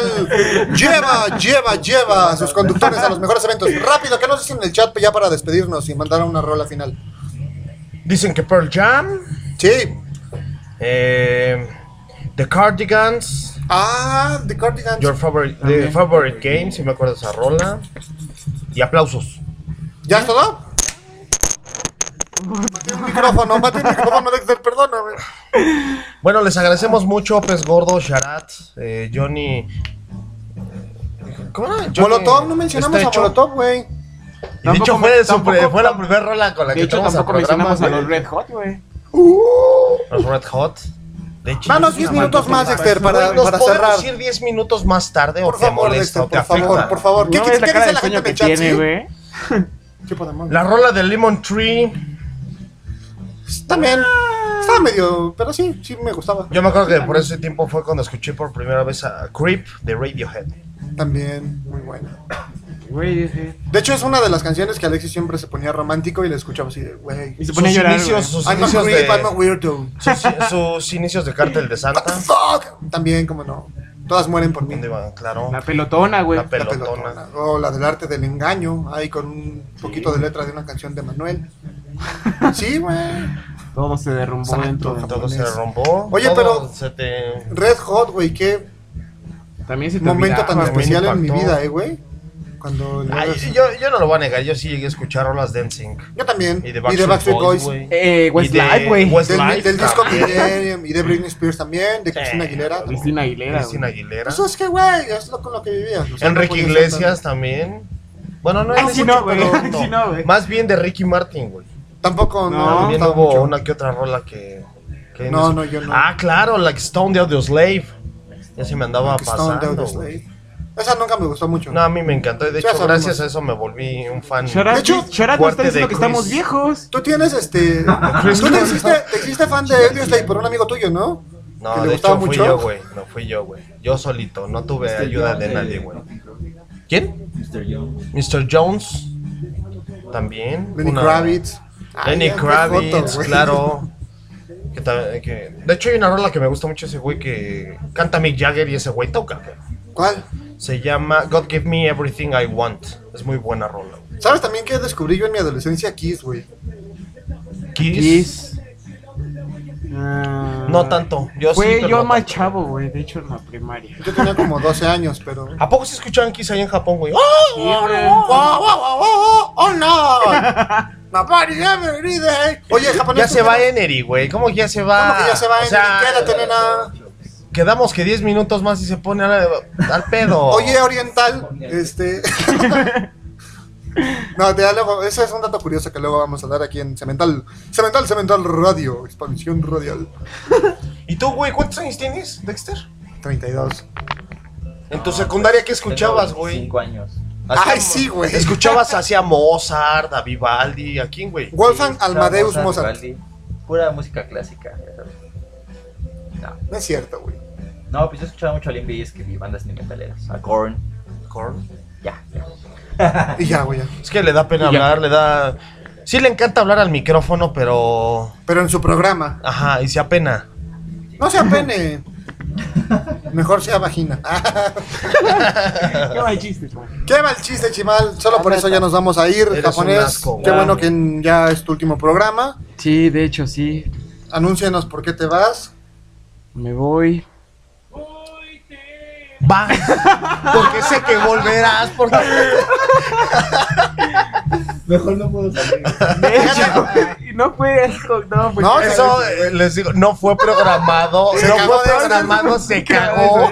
Speaker 10: lleva, lleva, lleva a sus conductores a los mejores eventos. Rápido, ¿qué nos dicen en el chat ya para despedirnos y mandar a una rola final?
Speaker 8: Dicen que Pearl Jam. eh,
Speaker 10: Sí.
Speaker 8: the Cardigans.
Speaker 10: Ah, The Cardigans.
Speaker 8: Your favorite, the
Speaker 10: También.
Speaker 8: favorite game, si me acuerdo esa rola. Y aplausos.
Speaker 10: ¿Ya es todo? Maté un micrófono, maté un micrófono, Dexter, perdóname.
Speaker 8: Bueno, les agradecemos mucho, Pez Gordo, Sharat, eh, Johnny. ¿Cómo era? Johnny-
Speaker 10: Molotov, no mencionamos
Speaker 8: Está
Speaker 10: a
Speaker 8: hecho-
Speaker 10: Molotov, güey.
Speaker 8: Y de hecho,
Speaker 10: Tampoco-
Speaker 8: fue, su-
Speaker 10: tampoco-
Speaker 8: fue la primera rola con la
Speaker 9: De
Speaker 8: que
Speaker 9: hecho,
Speaker 8: entramos al
Speaker 9: tampoco
Speaker 8: programa,
Speaker 9: mencionamos a
Speaker 8: güey.
Speaker 9: los Red Hot, güey.
Speaker 10: Uh.
Speaker 8: Los Red Hot. De hecho,
Speaker 10: Danos
Speaker 8: yo-
Speaker 10: 10 minutos más, Dexter, para-
Speaker 8: Güey, ¿nos
Speaker 10: para
Speaker 8: podemos
Speaker 10: cerrar.
Speaker 8: ir 10 minutos más tarde o
Speaker 10: Por
Speaker 8: te
Speaker 10: favor,
Speaker 8: molesta o
Speaker 10: Dexter,
Speaker 8: te
Speaker 10: por favor,
Speaker 8: afecta?
Speaker 10: por favor. ¿Qué-
Speaker 9: ¿No
Speaker 10: qué-
Speaker 9: ves la
Speaker 10: qué
Speaker 9: cara
Speaker 10: dice
Speaker 9: de
Speaker 10: la gente
Speaker 9: sueño
Speaker 10: en
Speaker 9: que
Speaker 10: el chat?
Speaker 9: tiene,
Speaker 10: sí?
Speaker 9: güey?
Speaker 8: La rola de Lemon Tree.
Speaker 10: También. Estaba medio, pero sí, sí me gustaba.
Speaker 8: Yo me acuerdo que por ese tiempo fue cuando escuché por primera vez a Creep de Radiohead.
Speaker 10: También, muy buena.
Speaker 9: Güey, sí.
Speaker 10: De hecho, es una de las canciones que Alexis siempre se ponía romántico y le escuchaba así de, güey.
Speaker 8: Y se ponía a llorar, güey.
Speaker 10: I'm not
Speaker 8: inicios de-
Speaker 10: creep, I'm a weirdo.
Speaker 8: Sus, sus inicios de Cártel de Santa. ah,
Speaker 10: Fuck. También, como no. Todas mueren por mí.
Speaker 8: Claro.
Speaker 9: La pelotona, güey.
Speaker 10: La pelotona. O la del arte del engaño. Ahí con un poquito de letra de una canción de Manuel. Sí, güey.
Speaker 9: Todo se derrumbó
Speaker 10: Santo
Speaker 9: dentro de
Speaker 8: Todo se derrumbó.
Speaker 10: Oye,
Speaker 8: todo
Speaker 10: pero-
Speaker 8: se te-
Speaker 10: Red Hot, güey. Qué
Speaker 9: También se te
Speaker 10: momento tan
Speaker 9: olvidaba, güey.
Speaker 10: especial en mi
Speaker 8: impactó.
Speaker 10: vida, eh, güey. Cuando le
Speaker 8: Ay,
Speaker 10: hagas-
Speaker 8: yo, yo no lo voy a negar, yo sí llegué a escuchar rolas de NSYNC.
Speaker 10: Yo también.
Speaker 8: Y de
Speaker 10: Y de
Speaker 8: Backstreet,
Speaker 10: Backstreet
Speaker 8: Boys.
Speaker 10: Boys. Eh,
Speaker 8: güey.
Speaker 9: Eh,
Speaker 8: Y de
Speaker 10: Westlife, Del,
Speaker 8: Westlife
Speaker 10: del disco
Speaker 8: también.
Speaker 10: Millennium. Y de Britney Spears también. De Cristina Eh, Aguilera.
Speaker 9: Cristina Aguilera.
Speaker 8: Cristina
Speaker 9: güey.
Speaker 8: Aguilera.
Speaker 10: Eso es que, güey, es lo con lo que vivías. o sea, no
Speaker 8: Enrique
Speaker 10: podías
Speaker 8: Iglesias también. Bueno, no
Speaker 10: Ay,
Speaker 8: es
Speaker 10: sí,
Speaker 8: mucho,
Speaker 10: no, güey.
Speaker 8: pero
Speaker 10: Ay, sí, no, güey.
Speaker 8: Más bien de Ricky Martin, güey.
Speaker 10: Tampoco, no, no
Speaker 8: También
Speaker 10: gustaba
Speaker 8: hubo
Speaker 10: mucho.
Speaker 8: una que otra rola que. que
Speaker 10: No, no, yo no.
Speaker 8: Ah, claro, la Stone de Audio Slave. Ya se me andaba
Speaker 10: Like Stone de
Speaker 8: pasando,
Speaker 10: Audioslave.
Speaker 8: güey.
Speaker 10: Esa nunca me gustó mucho.
Speaker 8: No, a mí me encantó. y De
Speaker 10: Ya
Speaker 8: hecho,
Speaker 10: sabemos.
Speaker 8: gracias a eso me volví un fan.
Speaker 10: Sharat- De hecho, Sharat nos está
Speaker 8: fuerte de
Speaker 10: diciendo que
Speaker 8: Chris.
Speaker 10: estamos
Speaker 9: viejos.
Speaker 10: Tú tienes este.
Speaker 8: Chris
Speaker 10: tú te
Speaker 8: Cornell.
Speaker 10: hiciste, te hiciste fan de Audioslave por un amigo tuyo, ¿no?
Speaker 8: No,
Speaker 10: que le
Speaker 8: de
Speaker 10: gustaba
Speaker 8: hecho fui
Speaker 10: mucho.
Speaker 8: yo, güey. No fui yo, güey. Yo solito, no tuve ayuda de nadie, güey. ¿Quién? Mr. Jones. Mr. Jones. También.
Speaker 10: Lenny
Speaker 8: Una-
Speaker 10: Kravitz.
Speaker 8: Lenny
Speaker 10: Ay, qué
Speaker 8: Kravitz,
Speaker 10: joto, güey.
Speaker 8: claro. Que ta- que- De hecho, hay una rola que me gusta mucho ese güey que canta Mick Jagger y ese güey toca. güey.
Speaker 10: ¿Cuál?
Speaker 8: Se llama God Give Me Everything I Want. Es muy buena rola. güey.
Speaker 10: ¿Sabes también que descubrí yo en mi adolescencia Kiss, güey?
Speaker 8: Kiss.
Speaker 9: Ah.
Speaker 8: No tanto, yo sí,
Speaker 9: Güey,
Speaker 8: pero
Speaker 9: yo
Speaker 8: no
Speaker 9: más chavo, güey. De hecho, en la primaria.
Speaker 10: Yo tenía como 12 años, pero.
Speaker 8: ¿A poco se escuchaban Kiss ahí en Japón, güey? ¡Ah!
Speaker 10: ¡Oh, oh, oh, oh, oh, oh, oh, no! Nobody ever did it. Oye, japonés.
Speaker 8: Ya
Speaker 10: ¿tú
Speaker 8: se va
Speaker 10: quieres?
Speaker 8: Enery, güey. ¿Cómo que ya se va?
Speaker 10: ¿Cómo que ya se va
Speaker 8: O sea,
Speaker 10: Enery? Quédate, nena.
Speaker 8: Quedamos que 10 minutos más y se pone al, al pedo.
Speaker 10: Oye, oriental, este. no, te da luego. Ese es un dato curioso que luego vamos a dar aquí en Cemental. Cemental, Cemental Radio, expansión radial.
Speaker 8: ¿Y tú, güey, cuántos años tienes, Dexter?
Speaker 10: 32.
Speaker 8: ¿En tu secundaria qué escuchabas, güey?
Speaker 11: 5 años.
Speaker 8: Hacía-
Speaker 10: Ay, sí, güey.
Speaker 8: Escuchabas así a Mozart, a Vivaldi, ¿a quién, güey?
Speaker 10: Wolfgang Amadeus
Speaker 11: Mozart,
Speaker 10: Mozart.
Speaker 11: Vivaldi, Pura música clásica. ya sabes. No.
Speaker 10: No es cierto, güey.
Speaker 11: No, pues yo escuchaba mucho a Limp Bizkit y bandas ni metaleras. A Korn.
Speaker 8: ¿Korn?
Speaker 11: Ya.
Speaker 10: Y ya, güey. ya.
Speaker 8: Es que le da pena hablar, le da... Sí le encanta hablar al micrófono, pero...
Speaker 10: Pero en su programa.
Speaker 8: Ajá, y se apena.
Speaker 10: No se apene. Mejor sea vagina.
Speaker 9: Qué mal chiste, güey.
Speaker 10: Qué mal chiste, Chimal. Solo por
Speaker 9: La
Speaker 10: eso
Speaker 9: neta.
Speaker 10: ya nos vamos a ir,
Speaker 9: Eres un
Speaker 10: japonés.
Speaker 9: asco, güey.
Speaker 10: qué bueno que ya es tu último programa.
Speaker 9: Sí, de hecho, sí.
Speaker 10: Anúncianos por qué te vas.
Speaker 9: Me voy.
Speaker 8: Va. Porque sé que volverás, porque...
Speaker 7: Mejor no puedo salir.
Speaker 9: De hecho, güey, no fue asco, no, fue-
Speaker 8: No, eso eh, les digo, no fue programado,
Speaker 9: Se
Speaker 8: no
Speaker 9: cagó
Speaker 8: fue
Speaker 9: de
Speaker 8: programado,
Speaker 9: risa.
Speaker 8: se cagó.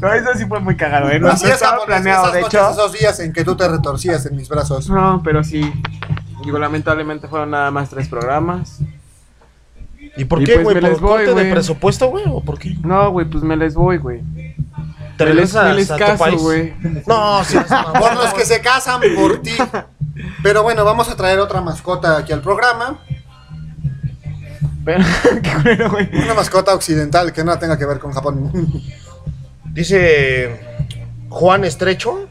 Speaker 9: No, eso sí fue muy cagado, ¿eh? No,
Speaker 10: Así
Speaker 9: no
Speaker 10: es,
Speaker 9: estaba
Speaker 10: japonés,
Speaker 9: planeado,
Speaker 10: esas
Speaker 9: de
Speaker 10: noches,
Speaker 9: hecho.
Speaker 10: esos días en que tú te retorcías en mis brazos.
Speaker 9: No, pero sí. Digo, lamentablemente fueron nada más tres programas.
Speaker 8: ¿Y por qué, güey? ¿Por corte de presupuesto, güey? ¿O por qué?
Speaker 9: No, güey, pues me les voy, güey.
Speaker 8: ¿Te
Speaker 9: Me les-
Speaker 8: regresas
Speaker 9: me les
Speaker 8: a tu
Speaker 9: caso,
Speaker 8: país?
Speaker 9: güey.
Speaker 8: No, sí,
Speaker 10: por los que se casan por ti. Pero bueno, vamos a traer otra mascota aquí al programa. Una mascota occidental que no tenga que ver con Japón.
Speaker 8: Dice Juan Estrecho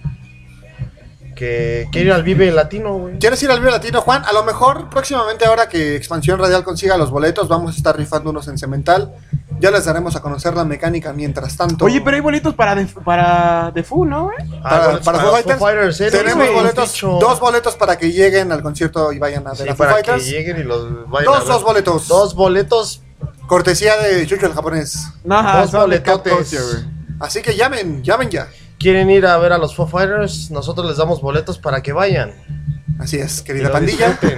Speaker 8: que quiere ir al Vive Latino, güey.
Speaker 10: ¿Quieres ir al Vive Latino, Juan? A lo mejor próximamente, ahora que Expansión Radial consiga los boletos, vamos a estar rifando unos en Cemental. Ya les daremos a conocer la mecánica mientras tanto.
Speaker 9: Oye, pero hay boletos para de, para de Fu, ¿no, güey?
Speaker 8: Ah,
Speaker 10: para, para Foo Fighters,
Speaker 8: ¿eh?
Speaker 10: tenemos
Speaker 9: Sí, güey.
Speaker 10: boletos, dos boletos para que lleguen al concierto y vayan a ver
Speaker 8: Sí,
Speaker 10: a Foo
Speaker 8: para
Speaker 10: Fighters.
Speaker 8: que lleguen y los vayan a
Speaker 10: dos,
Speaker 8: ver.
Speaker 10: dos boletos.
Speaker 8: Dos boletos.
Speaker 10: Cortesía de Chucho el japonés.
Speaker 8: Ajá, Dos son de boletotes. Cap Culture, güey.
Speaker 10: Así que llamen, llamen ya.
Speaker 8: Quieren ir a ver a los Foo Fighters, nosotros les damos boletos para que vayan.
Speaker 10: Así es,
Speaker 8: Y
Speaker 10: querida
Speaker 8: lo
Speaker 10: pandilla.
Speaker 8: disfruten.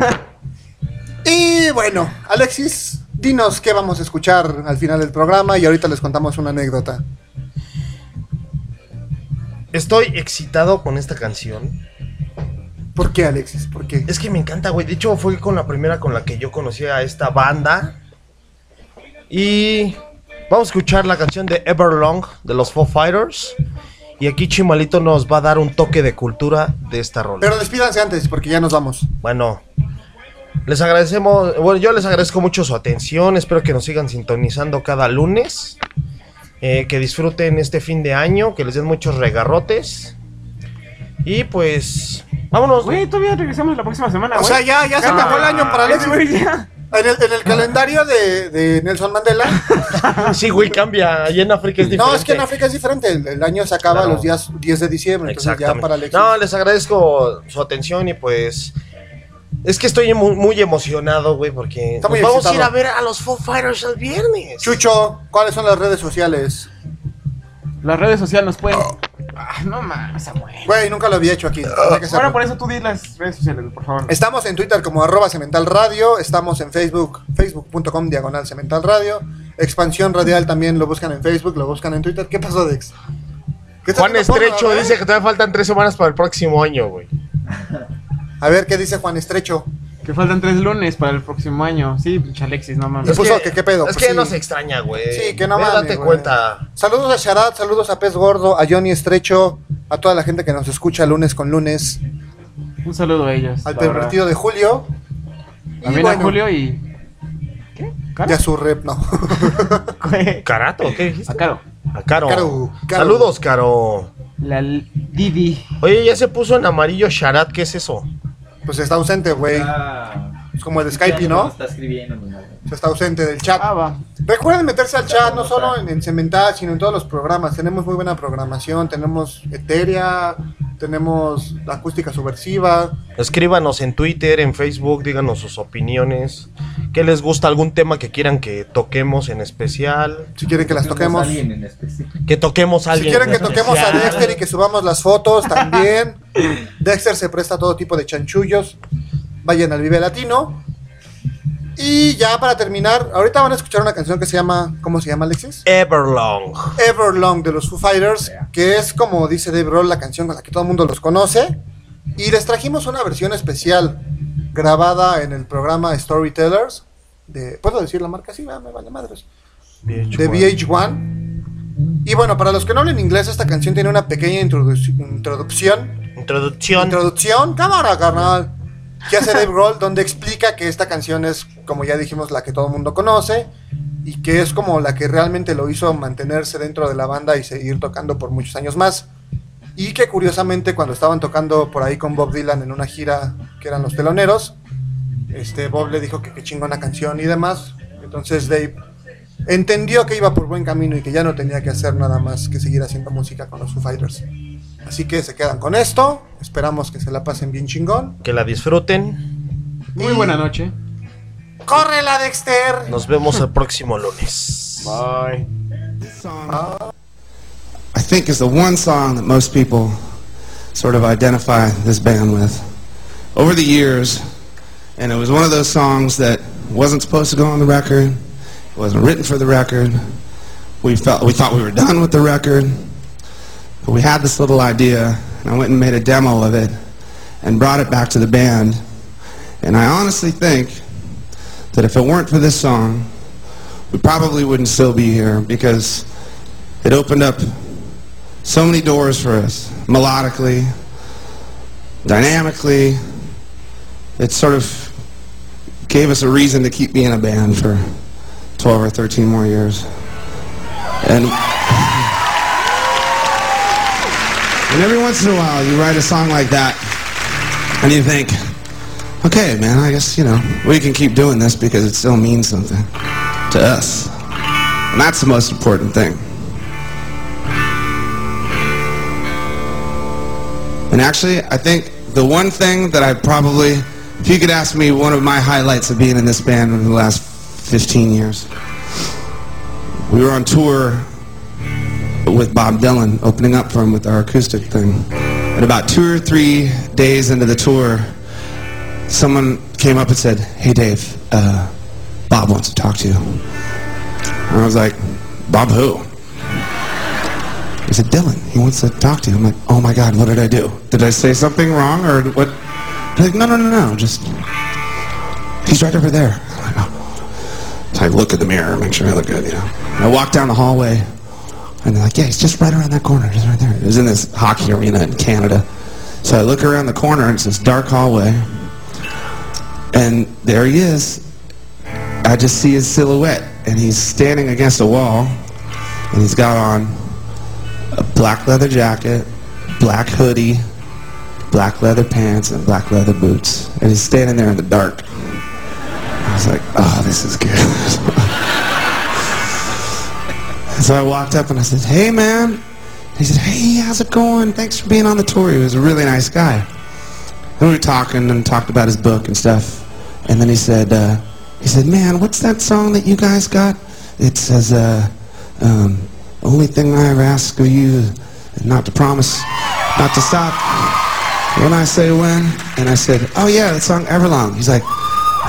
Speaker 10: Y bueno, Alexis, dinos qué vamos a escuchar al final del programa y ahorita les contamos una anécdota.
Speaker 8: Estoy excitado con esta canción.
Speaker 10: ¿Por qué, Alexis? ¿Por qué?
Speaker 8: Es que me encanta, güey. De hecho, fue con la primera con la que yo conocí a esta banda. Y vamos a escuchar la canción de Everlong de los Foo Fighters. Y aquí Chimalito nos va a dar un toque de cultura de esta rola.
Speaker 10: Pero despídanse antes porque ya nos vamos.
Speaker 8: Bueno, les agradecemos, bueno, yo les agradezco mucho su atención, espero que nos sigan sintonizando cada lunes, eh, que disfruten este fin de año, que les den muchos regarrotes y pues vámonos.
Speaker 9: Güey, todavía regresamos la próxima semana,
Speaker 8: Ah,
Speaker 10: O
Speaker 9: güey.
Speaker 10: sea, ya, ya se acabó el año para Alexis.
Speaker 9: güey, ya.
Speaker 10: En el, en el calendario de, de Nelson Mandela.
Speaker 8: Sí, güey, cambia, allá en África es diferente.
Speaker 10: No, es que en África es diferente. El, el año se acaba
Speaker 8: Claro.
Speaker 10: los días 10 de diciembre. Entonces ya
Speaker 8: Exactamente.
Speaker 10: para Alexis.
Speaker 8: No, les agradezco su atención y pues es que estoy muy, muy emocionado, güey, porque
Speaker 10: Está
Speaker 8: nos
Speaker 10: muy
Speaker 8: vamos a ir
Speaker 10: excitado.
Speaker 8: a ver a los Foo Fighters el viernes.
Speaker 10: Chucho, ¿cuáles son las redes sociales?
Speaker 9: Las redes sociales nos pueden. Ah, no mames, Samuel.
Speaker 10: Güey, nunca lo había hecho aquí. Tenía que hacerlo.
Speaker 9: Ahora por eso tú di las redes sociales, por favor.
Speaker 10: Estamos en Twitter como arroba Cemental Radio, estamos en Facebook, facebook.com diagonal Cemental Radio, Expansión Radial también lo buscan en Facebook, lo buscan en Twitter. ¿Qué pasó, Dex? ¿Qué estás
Speaker 8: Juan
Speaker 10: haciendo porno,
Speaker 8: Estrecho
Speaker 10: eh?
Speaker 8: dice que todavía faltan tres semanas para el próximo año, güey.
Speaker 10: A ver, ¿qué dice Juan Estrecho?
Speaker 9: Que faltan tres lunes para el próximo año. Sí, pinche Alexis, no mames.
Speaker 8: Es
Speaker 10: pues,
Speaker 9: Puso
Speaker 8: que- Es que no se extraña, güey.
Speaker 10: Sí, que no
Speaker 8: Ve,
Speaker 10: mames,
Speaker 8: Eh, Date
Speaker 10: güey.
Speaker 8: cuenta.
Speaker 10: Saludos a Sharat, saludos a Pez Gordo, a Johnny Estrecho, a toda la gente que nos escucha lunes con lunes,
Speaker 9: Un saludo a ellos.
Speaker 10: al
Speaker 9: la verdad.
Speaker 10: pervertido de Julio. Y
Speaker 9: También
Speaker 10: bueno,
Speaker 9: a Julio y.
Speaker 10: Y a su rep, no.
Speaker 8: Carato, ¿qué dijiste?
Speaker 9: A Caro.
Speaker 8: A Caro.
Speaker 10: Caro, Caro.
Speaker 8: Saludos, Caro.
Speaker 9: La Didi.
Speaker 8: Oye, ya se puso en amarillo Sharat, ¿qué es eso?
Speaker 10: Pues está ausente, güey. Es como el de Skype, ¿no?
Speaker 11: Está escribiendo, mi madre.
Speaker 10: Está ausente del chat.
Speaker 9: Ah,
Speaker 10: Recuerden meterse al chat, no solo en, en Cemental, sino en todos los programas. Tenemos muy buena programación, tenemos Eteria, tenemos la acústica subversiva.
Speaker 8: Escríbanos en Twitter, en Facebook, díganos sus opiniones. ¿Qué les gusta? ¿Algún tema que quieran que toquemos en especial?
Speaker 10: Si quieren que las toquemos.
Speaker 11: Alguien en específico.
Speaker 8: Que toquemos a
Speaker 10: Si
Speaker 8: alguien.
Speaker 10: quieren
Speaker 8: en
Speaker 10: que toquemos a
Speaker 8: especial.
Speaker 10: Dexter y que subamos las fotos también. Dexter se presta a todo tipo de chanchullos. Vayan al Vive Latino. Y ya para terminar, ahorita van a escuchar una canción que se llama, ¿cómo se llama Alexis?
Speaker 8: Everlong.
Speaker 10: Everlong de los Foo Fighters, que es como dice Dave Grohl, la canción con la que todo el mundo los conoce. Y les trajimos una versión especial grabada en el programa Storytellers. De, ¿Puedo decir la marca? Sí, va, me vale madres. De VH1. Y bueno, para los que no hablen inglés, esta canción tiene una pequeña introduc- introducción.
Speaker 8: Introducción.
Speaker 10: Introducción, cámara, carnal. Que hace Dave Grohl, donde explica que esta canción es, como ya dijimos, la que todo el mundo conoce y que es como la que realmente lo hizo mantenerse dentro de la banda y seguir tocando por muchos años más. Y que curiosamente cuando estaban tocando por ahí con Bob Dylan en una gira que eran los teloneros, este Bob le dijo que qué chingona canción y demás. Entonces Dave entendió que iba por buen camino y que ya no tenía que hacer nada más que seguir haciendo música con los Foo Fighters. Así que se quedan con esto, esperamos que se la pasen bien chingón.
Speaker 8: Que la disfruten.
Speaker 9: Muy buena noche.
Speaker 10: ¡Córrela, Dexter!
Speaker 8: Nos vemos el próximo lunes.
Speaker 9: Bye.
Speaker 17: I think is the one song that most people sort of identify this band with. Over the years, and it was one of those songs that wasn't supposed to go on the record, it wasn't written for the record. We felt we thought we were done with the record, but we had this little idea, and I went and made a demo of it and brought it back to the band. And I honestly think that if it weren't for this song, we probably wouldn't still be here because it opened up so many doors for us, melodically, dynamically. It sort of gave us a reason to keep being a band for 12 or 13 more years. And And every once in a while, you write a song like that, and you think, okay, man, I guess, you know, we can keep doing this because it still means something to us. And that's the most important thing. And actually, I think the one thing that I probably, if you could ask me one of my highlights of being in this band over the last 15 years, we were on tour with Bob Dylan, opening up for him with our acoustic thing. And about two or three days into the tour, someone came up and said, "Hey Dave, uh, Bob wants to talk to you." And I was like, "Bob who?" He said, "Dylan. He wants to talk to you." I'm like, "Oh my God, what did I do? Did I say something wrong or what?" He's like, "No, no, no, no. Just he's right over there." I'm like, "Oh." So I look at the mirror, make sure I look good, you know. And I walk down the hallway. And they're like, yeah, he's just right around that corner. He's right there. It was in this hockey arena in Canada. So I look around the corner and it's this dark hallway. And there he is. I just see his silhouette. And he's standing against a wall. And he's got on a black leather jacket, black hoodie, black leather pants, and black leather boots. And he's standing there in the dark. I was like, oh, this is good. And so I walked up and I said, hey man. He said, hey, how's it going? Thanks for being on the tour. He was a really nice guy. And we were talking and talked about his book and stuff. And then he said, uh, he said, man, what's that song that you guys got? It says, uh, um, only thing I ever ask of you is not to promise, not to stop. When I say when, and I said, oh yeah, that song Everlong. He's like,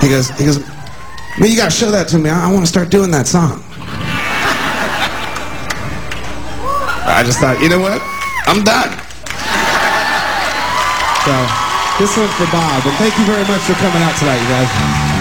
Speaker 17: he goes, he goes, man, you gotta show that to me. I, I want to start doing that song. I just thought, you know what? I'm done. So, this one's for Bob, and thank you very much for coming out tonight, you guys. Oh,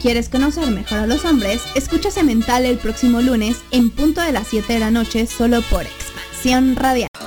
Speaker 18: quieres conocer mejor a los hombres, escucha Cemental el próximo lunes en punto de las 7 de la noche solo por Expansión Radial.